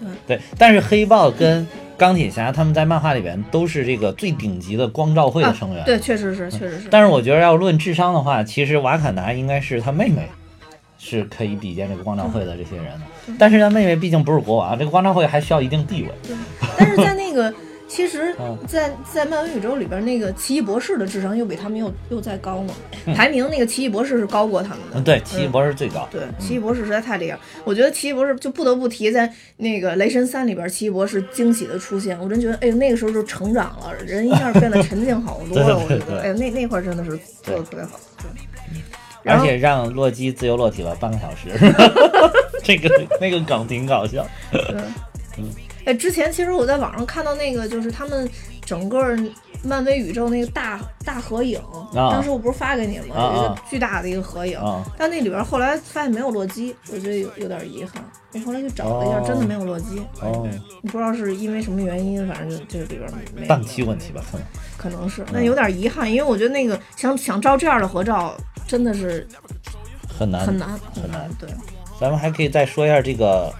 Speaker 3: 嗯，
Speaker 2: 对，但是黑豹跟钢铁侠他们在漫画里边都是这个最顶级的光照会的成员，
Speaker 3: 啊对，确实是，确实
Speaker 2: 嗯
Speaker 3: 是。
Speaker 2: 但是我觉得要论智商的话，其实瓦坎达应该是他妹妹，是可以比肩这个光照会的这些人的。
Speaker 3: 嗯
Speaker 2: 但是他妹妹毕竟不是国王，这个光照会还需要一定地位。
Speaker 3: 但是在那个，其实
Speaker 2: 嗯
Speaker 3: 在，在漫威宇宙里边，那个奇异博士的智商又比他们又又再高嘛，排名那个奇异博士是高过他们的。
Speaker 2: 嗯，对，奇异博士最高。
Speaker 3: 对，奇异博士实在太厉害了，我觉得奇异博士就不得不提，在那个《雷神三》里边，奇异博士惊喜的出现，我真觉得，哎呦，那个时候就成长了，人一下变得沉静好多了。
Speaker 2: [laughs] 对对
Speaker 3: 我觉
Speaker 2: 对
Speaker 3: 得，哎呦，那那块儿真的是做的特别好。对，然
Speaker 2: 而
Speaker 3: 后
Speaker 2: 且让洛基自由落体了半个小
Speaker 3: [laughs]
Speaker 2: 时，这个那个梗挺搞笑。
Speaker 3: 哎，之前其实我在网上看到那个，就是他们整个漫威宇宙那个大大合影，
Speaker 2: 啊
Speaker 3: 当时我不是发给你吗？
Speaker 2: 啊
Speaker 3: 有一个
Speaker 2: 啊
Speaker 3: 巨大的一个合影，
Speaker 2: 啊
Speaker 3: 但那里边后来发现没有洛基，我觉得有有点遗憾。我后来去找了一下，
Speaker 2: 哦
Speaker 3: 真的没有洛基，
Speaker 2: 哦，
Speaker 3: 不知道是因为什么原因，反正就这里边没有
Speaker 2: 档期问题吧，嗯可能。
Speaker 3: 可能是，那有点遗憾，因为我觉得那个想想照这样的合照真的是
Speaker 2: 很难
Speaker 3: 很难
Speaker 2: 很难。
Speaker 3: 对
Speaker 2: 咱们还可以再说一下这个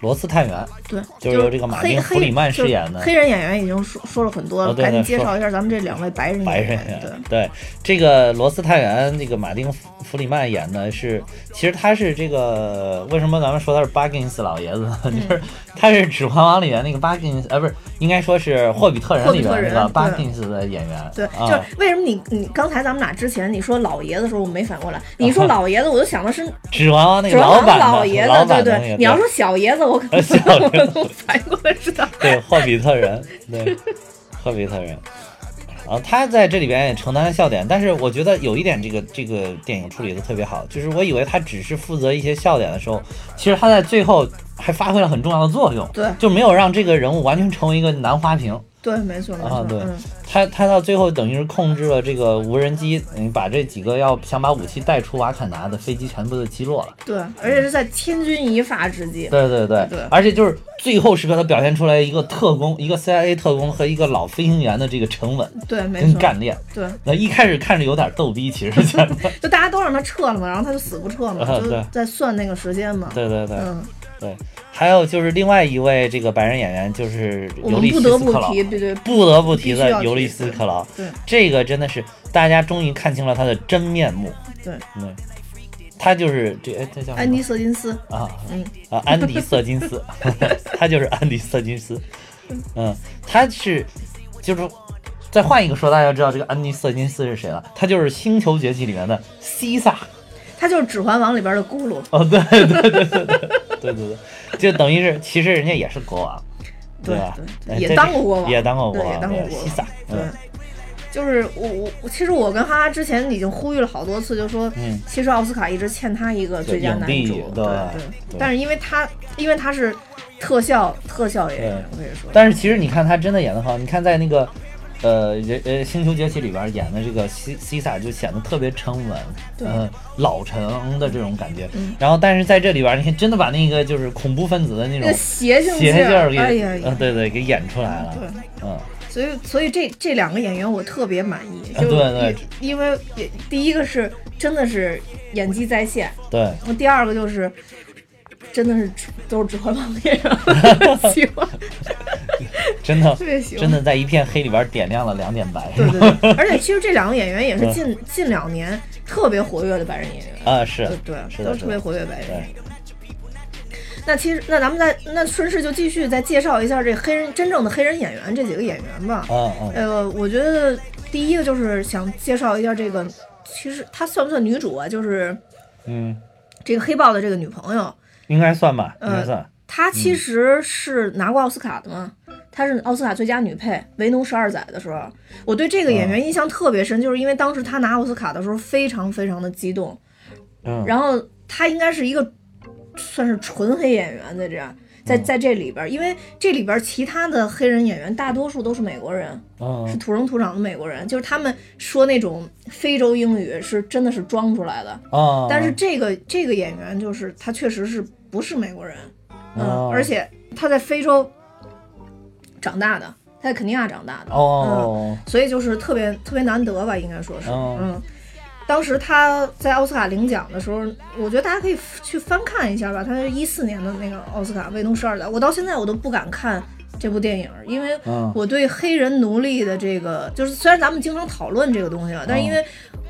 Speaker 2: 罗斯探员，
Speaker 3: 对，
Speaker 2: 就是由这个马
Speaker 3: 黑
Speaker 2: 丁
Speaker 3: 黑
Speaker 2: 弗里曼
Speaker 3: 就
Speaker 2: 饰演的
Speaker 3: 黑人演员已经说说了很多了，
Speaker 2: 哦对
Speaker 3: 赶紧
Speaker 2: 对
Speaker 3: 介
Speaker 2: 说
Speaker 3: 绍一下咱们这两位白人
Speaker 2: 白
Speaker 3: 演
Speaker 2: 人啊
Speaker 3: 员。嗯对。
Speaker 2: 对这个罗斯探员，这个马丁弗弗里曼演的是，其实他是这个为什么咱们说他是巴金斯老爷子呢？
Speaker 3: 嗯
Speaker 2: 就是他是《指环王》里面那个巴金斯，呃，不是，应该说是《霍比特人》里
Speaker 3: 霍比特
Speaker 2: 边
Speaker 3: 人
Speaker 2: 那个巴
Speaker 3: 对
Speaker 2: 金斯的演员。
Speaker 3: 对，
Speaker 2: 啊、
Speaker 3: 就是为什么你你刚才咱们俩之前你说老爷子的时候，我没反过来。你一说老爷子，我就想的是
Speaker 2: 《指环啊王》那
Speaker 3: 指
Speaker 2: 个老
Speaker 3: 环王
Speaker 2: 板的
Speaker 3: 老爷
Speaker 2: 老
Speaker 3: 子，对
Speaker 2: 板的那
Speaker 3: 对。
Speaker 2: 个
Speaker 3: 你要说小爷子，我可
Speaker 2: [laughs]
Speaker 3: 能
Speaker 2: 小爷子
Speaker 3: 我反过来知道。
Speaker 2: 对，霍比特人，对，霍比特人。啊，他在这里边也承担了笑点，但是我觉得有一点，这个这个电影处理的特别好，就是我以为他只是负责一些笑点的时候，其实他在最后还发挥了很重要的作用，
Speaker 3: 对
Speaker 2: 就没有让这个人物完全成为一个男花瓶
Speaker 3: 对，没错没
Speaker 2: 啊
Speaker 3: 错，，
Speaker 2: 对
Speaker 3: 嗯，
Speaker 2: 他他到最后等于是控制了这个无人机，嗯，把这几个要想把武器带出瓦坎达的飞机全部都击落了，
Speaker 3: 对，而且是在千钧一发之际。
Speaker 2: 对对对，
Speaker 3: 对
Speaker 2: 而且就是最后时刻，他表现出来一个特工，一个 CIA 特工和一个老飞行员的这个沉稳
Speaker 3: 对，没
Speaker 2: 跟
Speaker 3: 错，
Speaker 2: 干练。
Speaker 3: 对，
Speaker 2: 那一开始看着有点逗逼，其实觉得， [laughs]
Speaker 3: 就大家都让他撤了嘛，然后他就死不撤嘛，
Speaker 2: 啊
Speaker 3: 就
Speaker 2: 对
Speaker 3: 在算那个时间嘛。
Speaker 2: 对对对
Speaker 3: 嗯，
Speaker 2: 对。还有就是另外一位这个白人演员，就是
Speaker 3: 我
Speaker 2: 尤
Speaker 3: 们
Speaker 2: 利
Speaker 3: 不
Speaker 2: 西
Speaker 3: 得
Speaker 2: 斯
Speaker 3: 不
Speaker 2: 克劳，
Speaker 3: 提，对对，
Speaker 2: 不得不提
Speaker 3: 必须要
Speaker 2: 的
Speaker 3: 提
Speaker 2: 尤利斯克劳，
Speaker 3: 对
Speaker 2: 这个真的是大家终于看清了他的真面目。
Speaker 3: 对，
Speaker 2: 对，他就是这哎，他叫什么
Speaker 3: 安迪·瑟金斯，
Speaker 2: 啊，
Speaker 3: 嗯
Speaker 2: 啊，安迪·瑟金斯， [laughs] 他就是安迪·瑟金
Speaker 3: [laughs]
Speaker 2: 斯，嗯，他是就是再换一个说，大家知道这个安迪·瑟金斯是谁了？他就是《星球崛起》里面的西萨，
Speaker 3: 他就是《指环王》里边的咕噜。
Speaker 2: 哦，对对对对对对对对，就等于是其实人家也是国王，
Speaker 3: 对
Speaker 2: 吧？
Speaker 3: 对
Speaker 2: 哎
Speaker 3: 也
Speaker 2: 这
Speaker 3: 当过国王
Speaker 2: 也当过
Speaker 3: 对
Speaker 2: 国
Speaker 3: 也
Speaker 2: 王，
Speaker 3: 当过
Speaker 2: 对
Speaker 3: 国
Speaker 2: 西萨
Speaker 3: 王，
Speaker 2: 嗯，
Speaker 3: 就是我我我，其实我跟哈哈之前已经呼吁了好多次，就说，
Speaker 2: 嗯
Speaker 3: 其实奥斯卡一直欠他一个最佳男
Speaker 2: 影帝
Speaker 3: 主，对
Speaker 2: 对对
Speaker 3: 但是因为他，因为他是特效特效演员，
Speaker 2: 对
Speaker 3: 我跟你说，
Speaker 2: 但是其实你看他真的演得好，你看在那个呃人呃《星球崛起》里边演的这个西西萨就显得特别沉稳，
Speaker 3: 对嗯
Speaker 2: 呃老成的这种感觉。然后但是在这里边，你看真的把那个就是恐怖分子的那
Speaker 3: 那个
Speaker 2: 种
Speaker 3: 邪性
Speaker 2: 邪
Speaker 3: 劲
Speaker 2: 劲
Speaker 3: 儿
Speaker 2: 儿，给，
Speaker 3: 哎呀
Speaker 2: 呃
Speaker 3: 呀，
Speaker 2: 对对，给演出来了。嗯，
Speaker 3: 所以所以这这两个演员我特别满意，
Speaker 2: 啊
Speaker 3: 就
Speaker 2: 对对
Speaker 3: 因因为也第一个是真的是演技在线，
Speaker 2: 对。
Speaker 3: 然后第二个就是。真的是都是指环王演
Speaker 2: [laughs]
Speaker 3: 员，喜欢，
Speaker 2: 真的
Speaker 3: [laughs] 特别喜欢
Speaker 2: 真的在一片黑里边点亮了两点白，
Speaker 3: 对对对，而且其实这两个演员也是近近两年特别活跃的白人演员，
Speaker 2: 啊嗯是
Speaker 3: 对对，
Speaker 2: 是
Speaker 3: 都
Speaker 2: 的
Speaker 3: 是
Speaker 2: 是
Speaker 3: 特别
Speaker 2: 的，
Speaker 3: 活跃白人
Speaker 2: 对
Speaker 3: 演员。那其实，那咱们再那顺势就继续再介绍一下这黑人真正的黑人演员这几个演员吧。
Speaker 2: 嗯嗯
Speaker 3: 呃，我觉得第一个就是想介绍一下这个，其实她算不算女主啊？就是
Speaker 2: 嗯，
Speaker 3: 这个黑豹的这个女朋友，
Speaker 2: 应该算吧，应该
Speaker 3: 呃
Speaker 2: 算，
Speaker 3: 她其实是拿过奥斯卡的嘛，她是奥斯卡最佳女配《为奴十二载》的时候，我对这个演员印象特别深，就是因为当时她拿奥斯卡的时候非常非常的激动，
Speaker 2: 嗯，
Speaker 3: 然后她应该是一个算是纯黑演员在这样。在在这里边儿，因为这里边儿其他的黑人演员大多数都是美国人，
Speaker 2: 嗯
Speaker 3: 是土生土长的美国人，就是他们说那种非洲英语是真的是装出来的。
Speaker 2: 啊，
Speaker 3: 但是这个这个演员就是他确实是不是美国人，嗯，
Speaker 2: 哦
Speaker 3: 而且他在非洲长大的，他在肯尼亚长大的，
Speaker 2: 哦，
Speaker 3: 所以就是特别特别难得吧，应该说是，
Speaker 2: 哦
Speaker 3: 嗯。当时他在奥斯卡领奖的时候，我觉得大家可以去翻看一下吧。他是一四年的那个奥斯卡《卫东十二载》，我到现在我都不敢看这部电影，因为
Speaker 2: 嗯
Speaker 3: 我对黑人奴隶的这个，就是虽然咱们经常讨论这个东西啊，
Speaker 2: 嗯
Speaker 3: 但是因为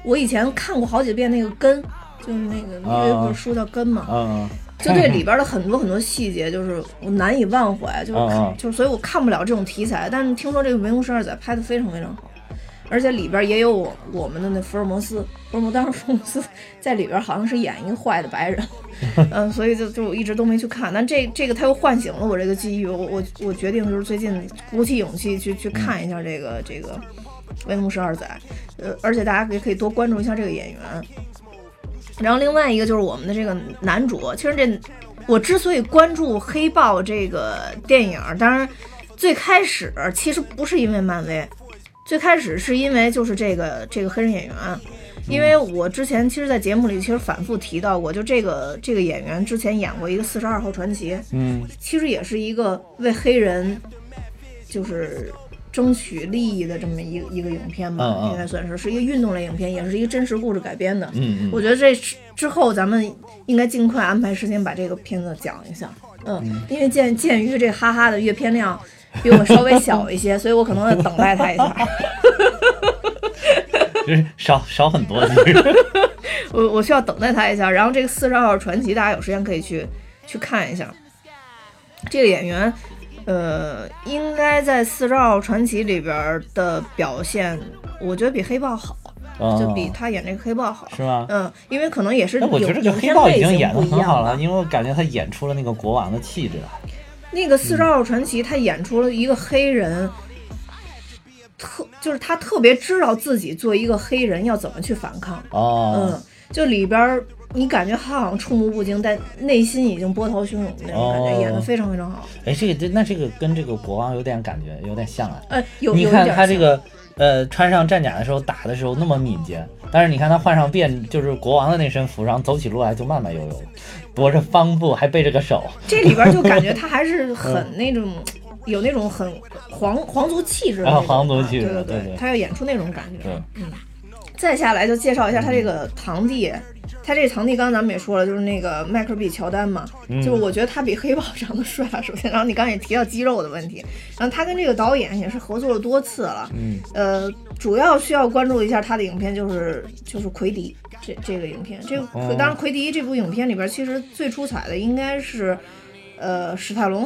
Speaker 3: 我以前看过好几遍那个《根》，就是那个
Speaker 2: 啊
Speaker 3: 因为有本书叫《根》嘛，
Speaker 2: 嗯，
Speaker 3: 就对里边的很多很多细节，就是我难以忘怀，就是看、
Speaker 2: 嗯嗯
Speaker 3: 就是，所以我看不了这种题材。但是听说这个《迷宫十二载》拍的非常非常好，而且里边也有我我们的那福尔摩斯，福尔摩当时福尔摩斯 [laughs] 在里边好像是演一个坏的白人，
Speaker 2: [laughs]
Speaker 3: 嗯，所以就就我一直都没去看。但这这个他又唤醒了我这个记忆，我我我决定就是最近鼓起勇气去去看一下这个、这个。《威姆十二载》，呃，而且大家也可以多关注一下这个演员。然后另外一个就是我们的这个男主，其实这我之所以关注《黑豹》这个电影，当然最开始其实不是因为漫威，最开始是因为就是这个这个黑人演员，因为我之前其实，在节目里其实反复提到过，就这个这个演员之前演过一个《四十二号传奇》，
Speaker 2: 嗯
Speaker 3: 其实也是一个为黑人就是争取利益的这么一个一个影片吧，
Speaker 2: 嗯嗯
Speaker 3: 应该算是是一个运动类影片，也是一个真实故事改编的。
Speaker 2: 嗯
Speaker 3: 我觉得这之后咱们应该尽快安排时间把这个片子讲一下。嗯，因为鉴鉴于这哈哈的阅片量比我稍微小一些，所以我可能要等待他一下。
Speaker 2: 嗯，就是少少很多，其实，
Speaker 3: 我我需要等待他一下。然后这个四十二号传奇，大家有时间可以去去看一下。这个演员，呃，应该在四十二号传奇里边的表现，我觉得比黑豹好， [laughs] 就比
Speaker 2: 嗯
Speaker 3: 他演这个黑豹好。
Speaker 2: 是吗？
Speaker 3: 嗯，因为可能也是
Speaker 2: 那
Speaker 3: 影
Speaker 2: 我觉得这
Speaker 3: 影
Speaker 2: 个黑
Speaker 3: 片
Speaker 2: 豹已
Speaker 3: 类
Speaker 2: 经
Speaker 3: 型
Speaker 2: 演得
Speaker 3: 不一
Speaker 2: 很好
Speaker 3: 样吧
Speaker 2: 了，因为我感觉他演出了那个国王的气质啊来。
Speaker 3: 那
Speaker 2: 嗯
Speaker 3: 个四十二号传奇，他演出了一个黑人，特就是他特别知道自己作为一个黑人要怎么去反抗。
Speaker 2: 哦
Speaker 3: 嗯，就里边儿你感觉他好像触目不惊，但内心已经波涛汹涌的那种感觉，
Speaker 2: 哦
Speaker 3: 演得非常非常好。
Speaker 2: 哎，这个这那这个跟这个国王有点感觉，有点像啊。
Speaker 3: 呃，有
Speaker 2: 你
Speaker 3: 有一
Speaker 2: 看
Speaker 3: 点像
Speaker 2: 他这个呃，穿上战甲的时候打的时候那么敏捷，但是你看他换上便就是国王的那身服装，走起路来就慢慢悠悠，踱着方步，还背着个手。
Speaker 3: 这里边儿就感觉他还是很那
Speaker 2: [laughs]
Speaker 3: 种。有那种很皇皇族气质的那种
Speaker 2: 啊皇族气质
Speaker 3: 对
Speaker 2: 对
Speaker 3: 对，
Speaker 2: 对
Speaker 3: 他要演出那种感觉，嗯
Speaker 2: 对，嗯
Speaker 3: 再下来就介绍一下他这个堂弟，他这堂弟刚刚咱们也说了，就是那个迈克尔比乔丹嘛，
Speaker 2: 嗯
Speaker 3: 就是我觉得他比黑豹长得帅啊。首先，然后你刚刚也提到肌肉的问题，然后他跟这个导演也是合作了多次了，嗯，呃，主要需要关注一下他的影片就是就是奎迪这这个影片，这个奎、
Speaker 2: 哦
Speaker 3: 当然奎迪这部影片里边其实最出彩的应该是呃史泰龙，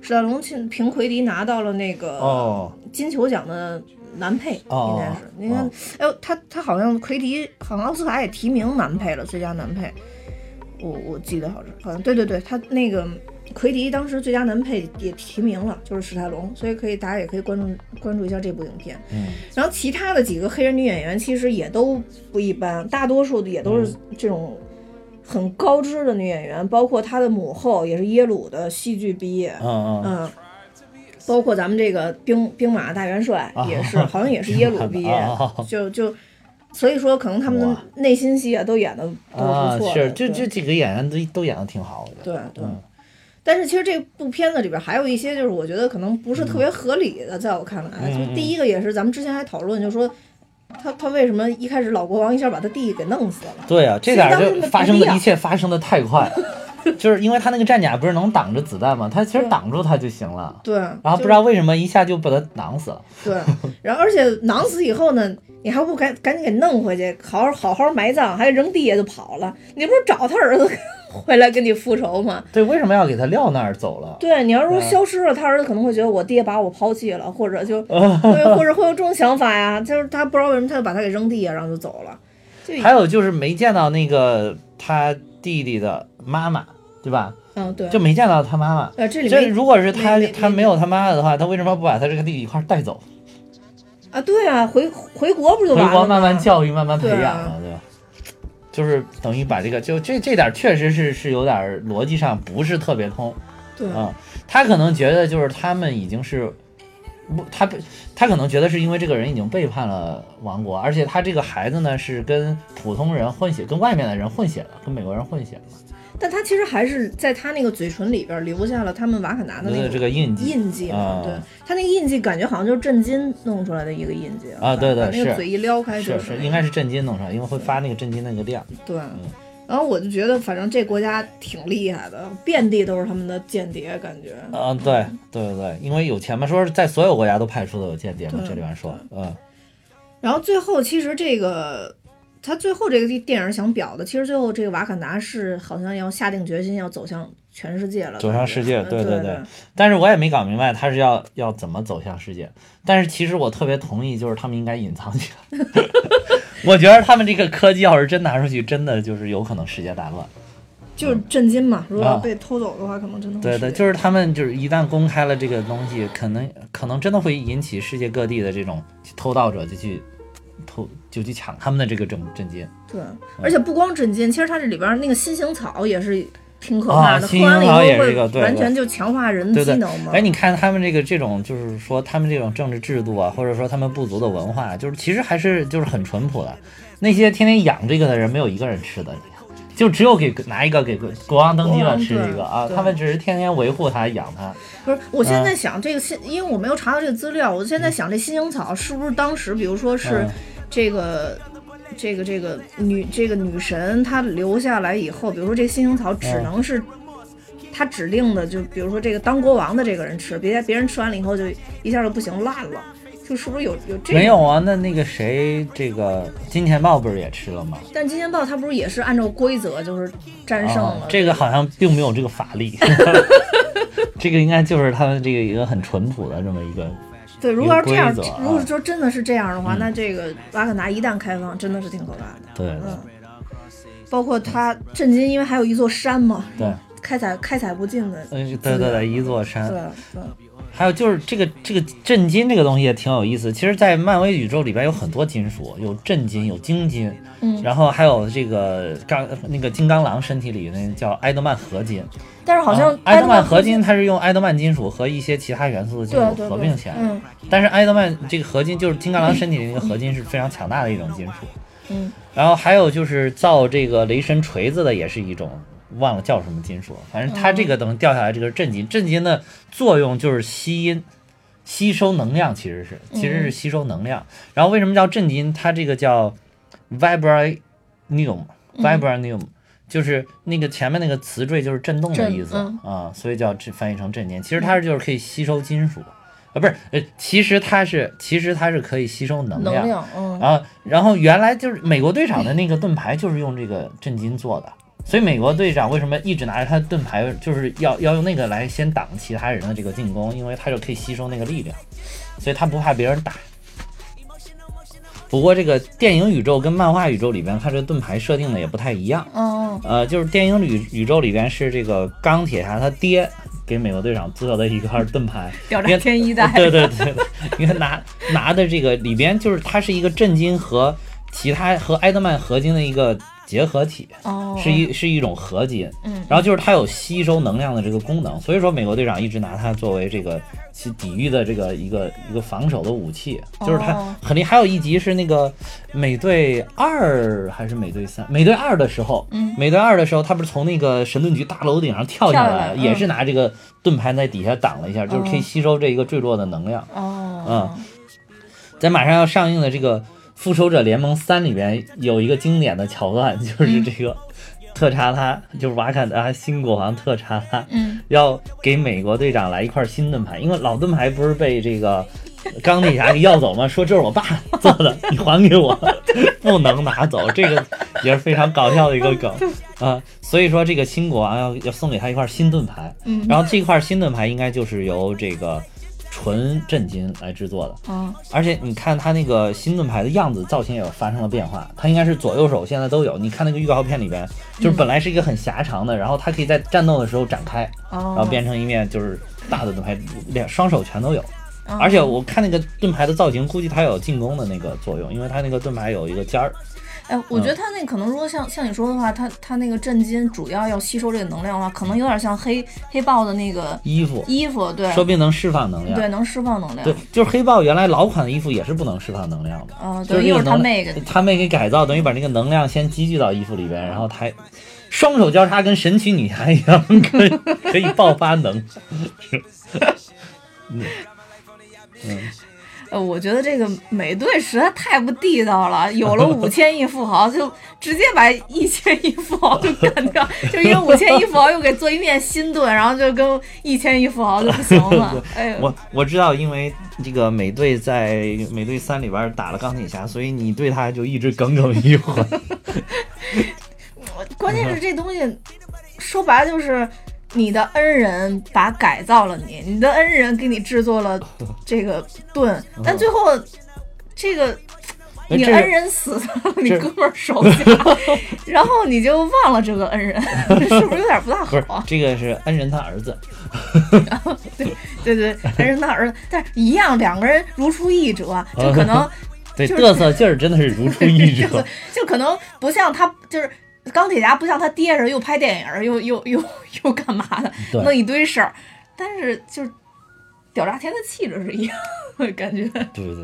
Speaker 3: 史泰龙凭凭奎迪拿到了那个
Speaker 2: 哦，
Speaker 3: 金球奖的男配，
Speaker 2: 哦
Speaker 3: 应该是。你看
Speaker 2: 哦，
Speaker 3: 哎呦，他他好像奎迪好像奥斯卡也提名男配了，最佳男配。我我记得好像好像对对对，他那个奎迪当时最佳男配也提名了，就是史泰龙，所以可以大家也可以关注关注一下这部影片。
Speaker 2: 嗯，
Speaker 3: 然后其他的几个黑人女演员其实也都不一般，大多数的也都
Speaker 2: 嗯
Speaker 3: 是这种。很高知的女演员，包括她的母后也是耶鲁的戏剧毕业，
Speaker 2: 嗯嗯，
Speaker 3: 嗯，包括咱们这个兵兵马大元帅
Speaker 2: 啊
Speaker 3: 也是，好像也是耶鲁毕业
Speaker 2: [laughs] 啊，
Speaker 3: 就就，所以说可能他们
Speaker 2: 哇
Speaker 3: 的内心戏啊都演的都
Speaker 2: 啊
Speaker 3: 不错的，
Speaker 2: 是，就
Speaker 3: 对
Speaker 2: 这几个演员都都演的挺好，我觉得。
Speaker 3: 对对
Speaker 2: 嗯。
Speaker 3: 但是其实这部片子里边还有一些，就是我觉得可能不是特别合理的，在我看
Speaker 2: 嗯
Speaker 3: 来，就是第一个也是咱们之前还讨论，就说他他为什么一开始老国王一下把他弟弟给弄死了？
Speaker 2: 对啊，这
Speaker 3: 谁
Speaker 2: 点儿
Speaker 3: 当
Speaker 2: 就
Speaker 3: 那么
Speaker 2: 发
Speaker 3: 不
Speaker 2: 生
Speaker 3: 必
Speaker 2: 的
Speaker 3: 要
Speaker 2: 一切发生的太快了，
Speaker 3: [laughs]
Speaker 2: 就是因为他那个战甲不是能挡着子弹吗？他其实
Speaker 3: 对
Speaker 2: 挡住他就行了，
Speaker 3: 对，
Speaker 2: 然后啊不
Speaker 3: 就
Speaker 2: 知道为什么一下就把他挡死了。
Speaker 3: 对，然后而且囊死以后呢，你还不赶赶紧给弄回去，好好好好埋葬，还扔地下就跑了。你不是找他儿子回来跟你复仇吗？
Speaker 2: 对，为什么要给他撂那儿走了？
Speaker 3: 对你
Speaker 2: 嗯
Speaker 3: 要是说消失了，他儿子可能会觉得我爹把我抛弃了，或者
Speaker 2: [laughs]
Speaker 3: 就对，或者会有这种想法呀。就是他不知道为什么他就把他给扔地下，然后就走了。就
Speaker 2: 还有就是没见到那个他弟弟的妈妈，对吧？
Speaker 3: 嗯对，
Speaker 2: 就没见到他妈妈。
Speaker 3: 呃这里
Speaker 2: 这
Speaker 3: 面
Speaker 2: 如果是他
Speaker 3: 没没
Speaker 2: 他没有他妈妈的话，他为什么不把他这个弟弟一块儿带走？
Speaker 3: 啊对啊，回回国不就
Speaker 2: 回
Speaker 3: 完了
Speaker 2: 国
Speaker 3: 吗？
Speaker 2: 慢慢教育，慢慢培
Speaker 3: 对
Speaker 2: 养
Speaker 3: 啊
Speaker 2: 嘛，对吧？就是等于把这个，就这这点儿确实是是有点儿逻辑上不是特别通。
Speaker 3: 对，
Speaker 2: 嗯，他可能觉得就是他们已经是，不，他被他可能觉得是因为这个人已经背叛了王国，而且他这个孩子呢是跟普通人混血，跟外面的人混血了，跟美国人混血了，
Speaker 3: 但他其实还是在他那个嘴唇里边留下了他们瓦坎达的那
Speaker 2: 那
Speaker 3: 个
Speaker 2: 这个印记。
Speaker 3: 印记嘛，
Speaker 2: 啊
Speaker 3: 对他那个印记感觉好像就是震惊弄出来的一个印记
Speaker 2: 啊对对
Speaker 3: 把那个
Speaker 2: 是
Speaker 3: 嘴一撩开就是
Speaker 2: 是，应该是嗯震惊弄出来，因为会发那个震惊那个亮。
Speaker 3: 对。然后我就觉得，反正这国家挺厉害的，遍地都是他们的间谍，感觉。
Speaker 2: 嗯，对对对对，因为有钱嘛，说是在所有国家都派出的有间谍嘛，
Speaker 3: 对
Speaker 2: 这里面说，嗯
Speaker 3: 然后最后，其实这个他最后这个电影想表的，其实最后这个瓦坎达是好像要下定决心要走向全世界了，
Speaker 2: 走向世界
Speaker 3: 感觉
Speaker 2: 对
Speaker 3: 嗯对
Speaker 2: 对对但是我也没搞明白他是要要怎么走向世界。但是其实我特别同意，就是他们应该隐藏起来。 [laughs] 我觉得他们这个科技要是真拿出去，真的就是有可能世界大乱。
Speaker 3: 就是震惊嘛。如果
Speaker 2: 啊
Speaker 3: 要被偷走的话，可能真的会
Speaker 2: 对
Speaker 3: 世
Speaker 2: 对，
Speaker 3: 界
Speaker 2: 就是他们就是一旦公开了这个东西，可能可能真的会引起世界各地的这种偷盗者就去偷就去抢他们的这个证证件
Speaker 3: 对，而且不光震惊，其实它这里边那个新型草也是挺可
Speaker 2: 啊
Speaker 3: 怕的，
Speaker 2: 新
Speaker 3: 喝完了
Speaker 2: 型
Speaker 3: 以
Speaker 2: 草
Speaker 3: 后
Speaker 2: 也是一个
Speaker 3: 会
Speaker 2: 对
Speaker 3: 完
Speaker 2: 对
Speaker 3: 全就强化人的
Speaker 2: 对
Speaker 3: 机
Speaker 2: 对
Speaker 3: 能嘛。
Speaker 2: 哎，你看他们这个这种，就是说他们这种政治制度啊，或者说他们部族的文化，啊就是其实还是就是很淳朴的。那些天天养这个的人，没有一个人吃的，就只有给拿一个给国国王登基了吃一个啊。
Speaker 3: 对
Speaker 2: 他们只是天天维护它、养它。
Speaker 3: 不是，
Speaker 2: 嗯
Speaker 3: 我现在想这个新，因为我没有查到这个资料，我现在想这新型草是不是当时，比如说是
Speaker 2: 嗯
Speaker 3: 这个。这个这个女这个女神她留下来以后，比如说这新型草只
Speaker 2: 嗯
Speaker 3: 能是她指定的，就比如说这个当国王的这个人吃，别别人吃完了以后就一下就不行烂了，就是不是有有这
Speaker 2: 没
Speaker 3: 种？
Speaker 2: 有啊？那那个谁，这个金钱豹不是也吃了吗？
Speaker 3: 但金钱豹它不是也是按照规则就是战胜
Speaker 2: 啊
Speaker 3: 了、，
Speaker 2: 这个好像并没有这个法力。 [laughs] 这个应该就是他们这个一个很淳朴的这么一个
Speaker 3: 对，如果要是这
Speaker 2: 有
Speaker 3: 样
Speaker 2: 规则啊，嗯
Speaker 3: 如果说真的是这样的话，那这个瓦肯达一旦开放，真的是挺可怕的。
Speaker 2: 对对
Speaker 3: 嗯，包括它震惊，因为还有一座山嘛，
Speaker 2: 对，
Speaker 3: 开采开采不尽的，
Speaker 2: 嗯对对对一座山。
Speaker 3: 对对
Speaker 2: 还有就是这个这个震金这个东西也挺有意思。其实，在漫威宇宙里边有很多金属，有震金，有晶金，
Speaker 3: 嗯
Speaker 2: 然后还有这个钢那个金刚狼身体里那叫埃德曼合金。
Speaker 3: 但是好像
Speaker 2: 啊埃
Speaker 3: 德
Speaker 2: 德曼合金，它是用埃德曼金属和一些其他元素的金
Speaker 3: 对对
Speaker 2: 属
Speaker 3: 对
Speaker 2: 合并起来的。
Speaker 3: 嗯
Speaker 2: 但是埃德曼这个合金就是金刚狼身体里那个合金是非常强大的一种金属。
Speaker 3: 嗯，
Speaker 2: 然后还有就是造这个雷神锤子的也是一种，忘了叫什么金属，反正它这个等掉下来，这个是震金，震金的作用就是吸音。
Speaker 4: 嗯
Speaker 2: 吸收能量其实是，其实是吸收能量。然后为什么叫震金？它这个叫 vibranium
Speaker 4: 嗯
Speaker 2: vibranium，、就是那个前面那个词缀就是震动的
Speaker 4: 震
Speaker 2: 意思、
Speaker 4: 嗯
Speaker 2: 啊，所以叫这翻译成震念。其实它是就是可以吸收金属啊，不是，呃，其实它是其实它是可以吸收能
Speaker 3: 能量，嗯，
Speaker 2: 啊，然后原来就是美国队长的那个盾牌就是用这个震金做的，所以美国队长为什么一直拿着他的盾牌，就是要要用那个来先挡其他人的这个进攻，因为他就可以吸收那个力量，所以他不怕别人打。不过这个电影宇宙跟漫画宇宙里边，它这个盾牌设定的也不太一样。
Speaker 3: 嗯，
Speaker 2: 呃，就是电影宇宇宙里边是这个钢铁侠他爹给美国队长做的一块 [laughs] 盾牌，
Speaker 3: 表
Speaker 2: 因为
Speaker 3: 彰天一代，
Speaker 2: 哦对对对，对因为拿拿的这个里边就是它是一个震惊和其他和埃德曼合金的一个结合体，
Speaker 3: 哦，
Speaker 2: 是一是一种合金。
Speaker 3: 嗯
Speaker 2: 然后就是它有吸收能量的这个功能，所以说美国队长一直拿它作为这个其抵御的这个一个一个防守的武器，就是它
Speaker 3: 哦
Speaker 2: 很厉害。还有一集是那个美队二还是美队三？美队二的时候，
Speaker 3: 嗯
Speaker 2: 美队二的时候，他不是从那个神盾局大楼顶上跳下
Speaker 3: 跳下
Speaker 2: 来，
Speaker 3: 来
Speaker 2: 也
Speaker 3: 嗯
Speaker 2: 是拿这个盾牌在底下挡了一下，就是可以
Speaker 3: 哦
Speaker 2: 吸收这一个坠落的能量。
Speaker 3: 哦，
Speaker 2: 在马上要上映的这个《复仇者联盟三》里边有一个经典的桥段，就是这个特查拉，就是瓦坎达新国王特查拉
Speaker 3: 嗯
Speaker 2: 要给美国队长来一块新盾牌，因为老盾牌不是被这个钢铁侠给要走吗？说这是我爸做的，你还给我， [laughs] 不能拿走。这个也是非常搞笑的一个梗啊、所以说这个新国王要要送给他一块新盾牌，
Speaker 3: 嗯
Speaker 2: 然后这块新盾牌应该就是由这个纯震金来制作的。
Speaker 3: 哦，
Speaker 2: 而且你看它那个新盾牌的样子造型也发生了变化，它应该是左右手现在都有。你看那个预告片里边，就是本来是一个很狭长的，然后它可以在战斗的时候展开，然后
Speaker 3: 哦，
Speaker 2: 变成一面就是大的盾牌，两双手全都有。
Speaker 3: 嗯
Speaker 2: 而且我看那个盾牌的造型，估计它有进攻的那个作用，因为它那个盾牌有一个尖儿。
Speaker 3: 哎，我
Speaker 2: 嗯
Speaker 3: 觉得他那可能，如果像像你说的话，他他那个震金主要要吸收这个能量的话，可能有点像黑黑豹的那个
Speaker 2: 衣服
Speaker 3: 衣服，对
Speaker 2: 嗯说不定能释放能量。
Speaker 3: 对，能释放能量
Speaker 2: 对，，就是黑豹原来老款的衣服也是不能释放能量的，
Speaker 3: 哦
Speaker 2: 就
Speaker 3: 对
Speaker 2: 是
Speaker 3: 一会
Speaker 2: 那
Speaker 3: 儿
Speaker 2: 个
Speaker 3: 他
Speaker 2: 能
Speaker 3: 妹给
Speaker 2: 他妹给改造，等于把那个能量先积聚到衣服里边，然后他双手交叉跟神奇女侠一样，可以可以爆发能。
Speaker 3: 呃，我觉得这个美队实在太不地道了，有了五千亿富豪就直接把一千亿富豪就干掉，就因为五千亿富豪又给做一面新盾，然后就跟一千亿富豪就不行了。哎呦，
Speaker 2: [laughs] 我我知道，因为这个美队在美队三里边打了钢铁侠，所以你对他就一直耿耿于 [laughs] 怀。
Speaker 3: 关键是这东西说白了就是。你的恩人把改造了你，你的恩人给你制作了这个盾，但最后这个
Speaker 2: 哎
Speaker 3: 你
Speaker 2: 这
Speaker 3: 恩人
Speaker 2: [laughs]
Speaker 3: 死在了你
Speaker 2: 这
Speaker 3: 哥们儿手
Speaker 2: [laughs]
Speaker 3: 下，然后你就忘了这个恩人， [laughs] 是不是有点不大
Speaker 2: 不是
Speaker 3: 好啊？ [laughs]
Speaker 2: 这个是恩人他儿子，
Speaker 3: 对对，恩人他儿子，但是一样，两个人如出一辙，就可
Speaker 2: 啊
Speaker 3: 能
Speaker 2: 对
Speaker 3: 就是
Speaker 2: 嘚瑟劲儿真的是如出一辙。 [laughs]
Speaker 3: 就可能不像他就是。钢铁侠不像他爹似的，又拍电影儿，又又又又干嘛的，
Speaker 2: 对
Speaker 3: 弄一堆事儿，但是就是屌炸天的气质是一样的感觉。
Speaker 2: 对对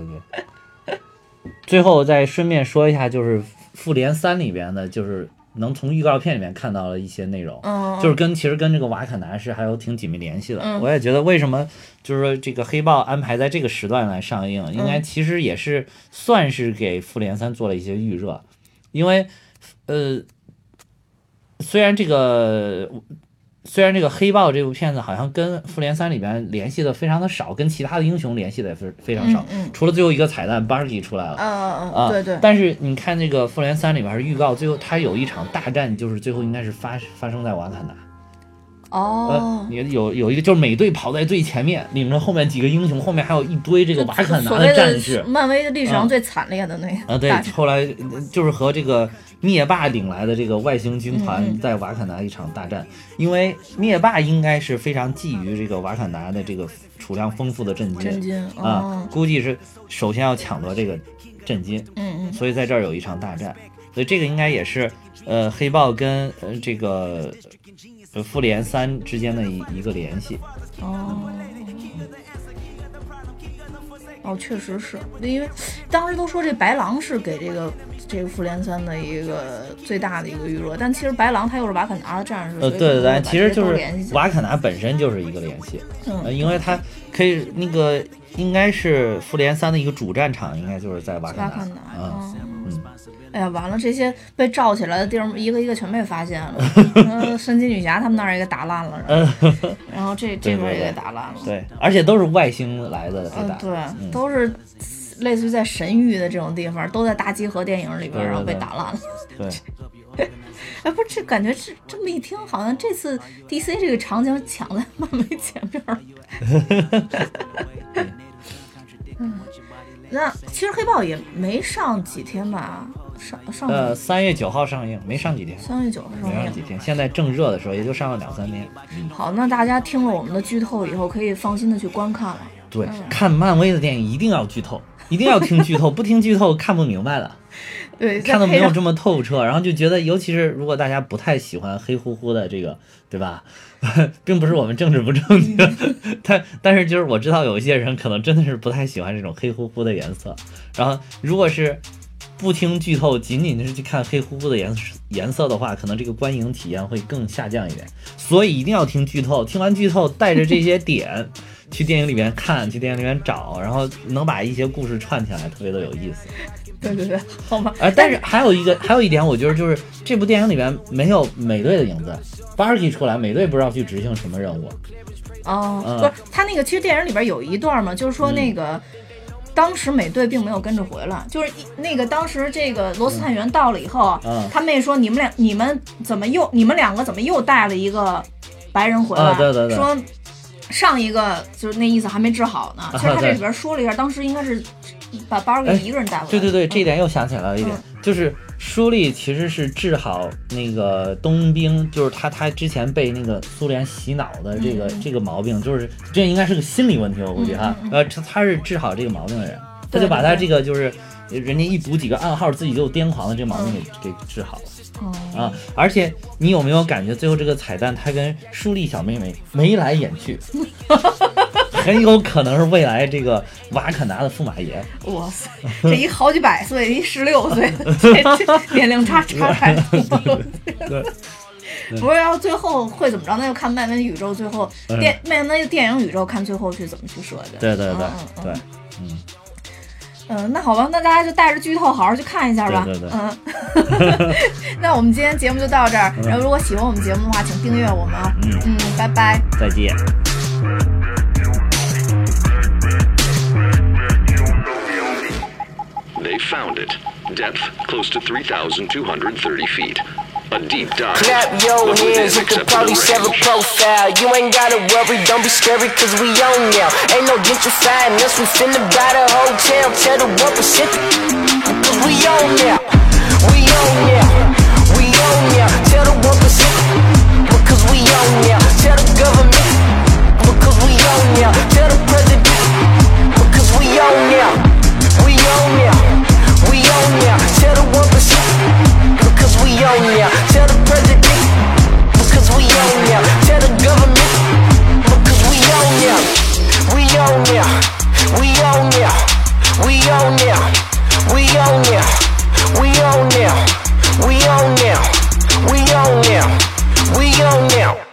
Speaker 2: 对。最后再顺便说一下，就是《复联三》里边的，就是能从预告片里面看到了一些内容，
Speaker 3: 嗯，
Speaker 2: 就是跟其实跟这个瓦坎达是还有挺紧密联系的。
Speaker 3: 嗯
Speaker 2: 我也觉得为什么就是说这个黑豹安排在这个时段来上映，应该
Speaker 3: 嗯
Speaker 2: 其实也是算是给《复联三》做了一些预热，因为呃，虽然这个。虽然这个黑豹这部片子好像跟复联三里边联系的非常的少，跟其他的英雄联系的也非非常少，
Speaker 3: 嗯嗯
Speaker 2: 除了最后一个彩蛋 Barky 出来了，
Speaker 3: 嗯
Speaker 2: 啊，
Speaker 3: 嗯，对对，
Speaker 2: 但是你看那个《复联三》里边儿预告，最后它有一场大战，就是最后应该是发发生在瓦坎达。
Speaker 3: 哦
Speaker 2: 呃，，你有有一个就是美队跑在最前面，领着后面几个英雄，后呃面还有一堆这个瓦坎达
Speaker 3: 所谓
Speaker 2: 战士
Speaker 3: 的。漫威历史上
Speaker 2: 嗯
Speaker 3: 最惨烈的那个
Speaker 2: 啊，对
Speaker 3: 大，战
Speaker 2: 后来呃就是和这个灭霸领来的这个外星军
Speaker 3: 嗯
Speaker 2: 团在瓦坎达一场大战，因为灭霸应该是非常觊觎这个瓦坎达的这个储量丰富的震金，
Speaker 3: 真金
Speaker 2: 啊
Speaker 3: 哦，，
Speaker 2: 估计是首先要抢夺这个震金，
Speaker 3: 嗯嗯
Speaker 2: 所以在这儿有一场大战，所以这个应该也是呃黑豹跟呃这个呃复联三之间的一一个联系。
Speaker 3: 哦。哦，确实是，因为当时都说这白狼是给这个这个复联三的一个最大的一个预热，但其实白狼他又是瓦坎达的战士，
Speaker 2: 呃，
Speaker 3: 所以
Speaker 2: 对对
Speaker 3: 可能
Speaker 2: 对，
Speaker 3: 把
Speaker 2: 其实
Speaker 3: 这
Speaker 2: 就
Speaker 3: 都
Speaker 2: 是
Speaker 3: 联系起来
Speaker 2: 瓦坎达本身就是一个联系，呃，
Speaker 3: 嗯
Speaker 2: 因为它可以那个应该是复联三的一个主战场，应该就是在瓦
Speaker 3: 瓦
Speaker 2: 坎达
Speaker 3: 坎达，
Speaker 2: 啊。
Speaker 3: 哦
Speaker 2: 嗯，
Speaker 3: 哎呀，完了，这些被罩起来的地儿一个一个全被发
Speaker 2: [laughs]
Speaker 3: 现了。嗯，神奇女侠他们那儿也给打烂了，然后然后这这边也给打烂了。
Speaker 2: 呃对，而且都是外星来的
Speaker 3: 嗯
Speaker 2: 雷达，，
Speaker 3: 对，都是类似于在神域的这种地方，都在大集合电影里边，
Speaker 2: 对对
Speaker 3: 然后被
Speaker 2: 对
Speaker 3: 打烂了。
Speaker 2: 对，
Speaker 3: 哎，不是，这感觉是这么一听，好像这次 DC 这个场景抢在漫威前面了。
Speaker 2: [laughs]
Speaker 3: 嗯，那其实黑豹也没上几天吧，上上
Speaker 2: 呃，三月九号上映，没上几天，
Speaker 3: 三月九号
Speaker 2: 没上
Speaker 3: 上
Speaker 2: 几
Speaker 3: 映。
Speaker 2: 天，现在正热的时候也就上了两三天。嗯
Speaker 3: 好，那大家听了我们的剧透以后，可以放心的去观看了。
Speaker 2: 对，看漫威的电影一定要剧透，一定要听剧透，不听剧透看不明白了，
Speaker 3: 对，
Speaker 2: 看
Speaker 3: 再
Speaker 2: 的没
Speaker 3: 配
Speaker 2: 有
Speaker 3: 上
Speaker 2: 这么透彻， [laughs] 然后就觉得，尤其是如果大家不太喜欢黑乎乎的这个，对吧？ [laughs] 并不是我们政治不正确，但但是就是我知道有一些人可能真的是不太喜欢这种黑乎乎的颜色，然后如果是。不听剧透，仅仅是去看黑乎乎的颜色颜色的话，可能这个观影体验会更下降一点。所以一定要听剧透，听完剧透带着这些点去电影里面看，去电影里面找，然后能把一些故事串起来，特别的有意思。
Speaker 3: 对对对，好吧。
Speaker 2: 啊，但是还有一个，还有一点，我觉得就是这部电影里面没有美队的影子。Barky 出来，美队不知道去执行什么任务。
Speaker 3: 哦，
Speaker 2: 嗯
Speaker 3: 不是，他那个其实电影里边有一段嘛，就是说那个。当时美队并没有跟着回来，就是一那个当时这个罗斯探员到了以后，啊
Speaker 2: 嗯
Speaker 3: 他妹说你们俩你们怎么又你们两个怎么又带了一个白人回来？
Speaker 2: 啊对对对
Speaker 3: 说上一个就是那意思还没治好呢。其实他这里边说了一下，当时应该是把巴尔给
Speaker 2: 啊哎
Speaker 3: 一个人带回来。
Speaker 2: 对对对，
Speaker 3: 嗯
Speaker 2: 这一点又想起来了一点，就是舒利其实是治好那个冬兵，就是他他之前被那个苏联洗脑的这
Speaker 3: 嗯
Speaker 2: 个、这个毛病，就是这应该是个心理问题，我估计哈。呃，他他是治好这个毛病的人，他
Speaker 3: 对
Speaker 2: 就把他
Speaker 3: 对
Speaker 2: 这个就是人家一读几个暗号自己就癫狂的这个毛病给、给治好了。
Speaker 3: 哦
Speaker 2: 啊！而且你有没有感觉最后这个彩蛋，它跟舒丽小妹妹眉来眼去， [laughs] 很有可能是未来这个瓦肯达的驸马爷。
Speaker 3: 哇塞，这一好几百岁，一十六
Speaker 2: [laughs]
Speaker 3: 岁，这这年龄差差太多了。 [laughs]
Speaker 2: 对，
Speaker 3: 不是要最后会怎么着？那就看漫威宇宙最后
Speaker 2: 嗯
Speaker 3: 电漫威电影宇宙看最后去怎么去设计。
Speaker 2: 对对对
Speaker 3: 嗯嗯
Speaker 2: 对，
Speaker 3: 嗯、那好吧，那大家就带着剧透好好去看一下吧。
Speaker 2: 对对对
Speaker 3: 嗯， [laughs] 那我们今天节目就到这儿。然后如果喜欢我们节目的话，请订阅我们啊。
Speaker 2: 嗯
Speaker 3: 嗯，拜拜。
Speaker 2: 再见。
Speaker 5: They found it. Depth close to 3,230 feet. A deep dive.
Speaker 1: Clap your
Speaker 5: but within
Speaker 1: hands, you can
Speaker 5: acceptable
Speaker 1: probably sever
Speaker 5: range.
Speaker 1: profile. You ain't gotta worry, don't be scary, cause we own now. Ain't no gentrifying us, we finna buy the hotel. Tell the world we shit, cause we own now. We own now, we own now. Tell the world we shit, because we own now. Tell the government, because we own now. Tell the president, because we own now. We own now, we own now. Tell the world we shit, because we own now. Tell the president, because we own now. Tell the government, because we own now. We own now. We own now. We own now. We own now. We own now. We own now. We own now. We own now.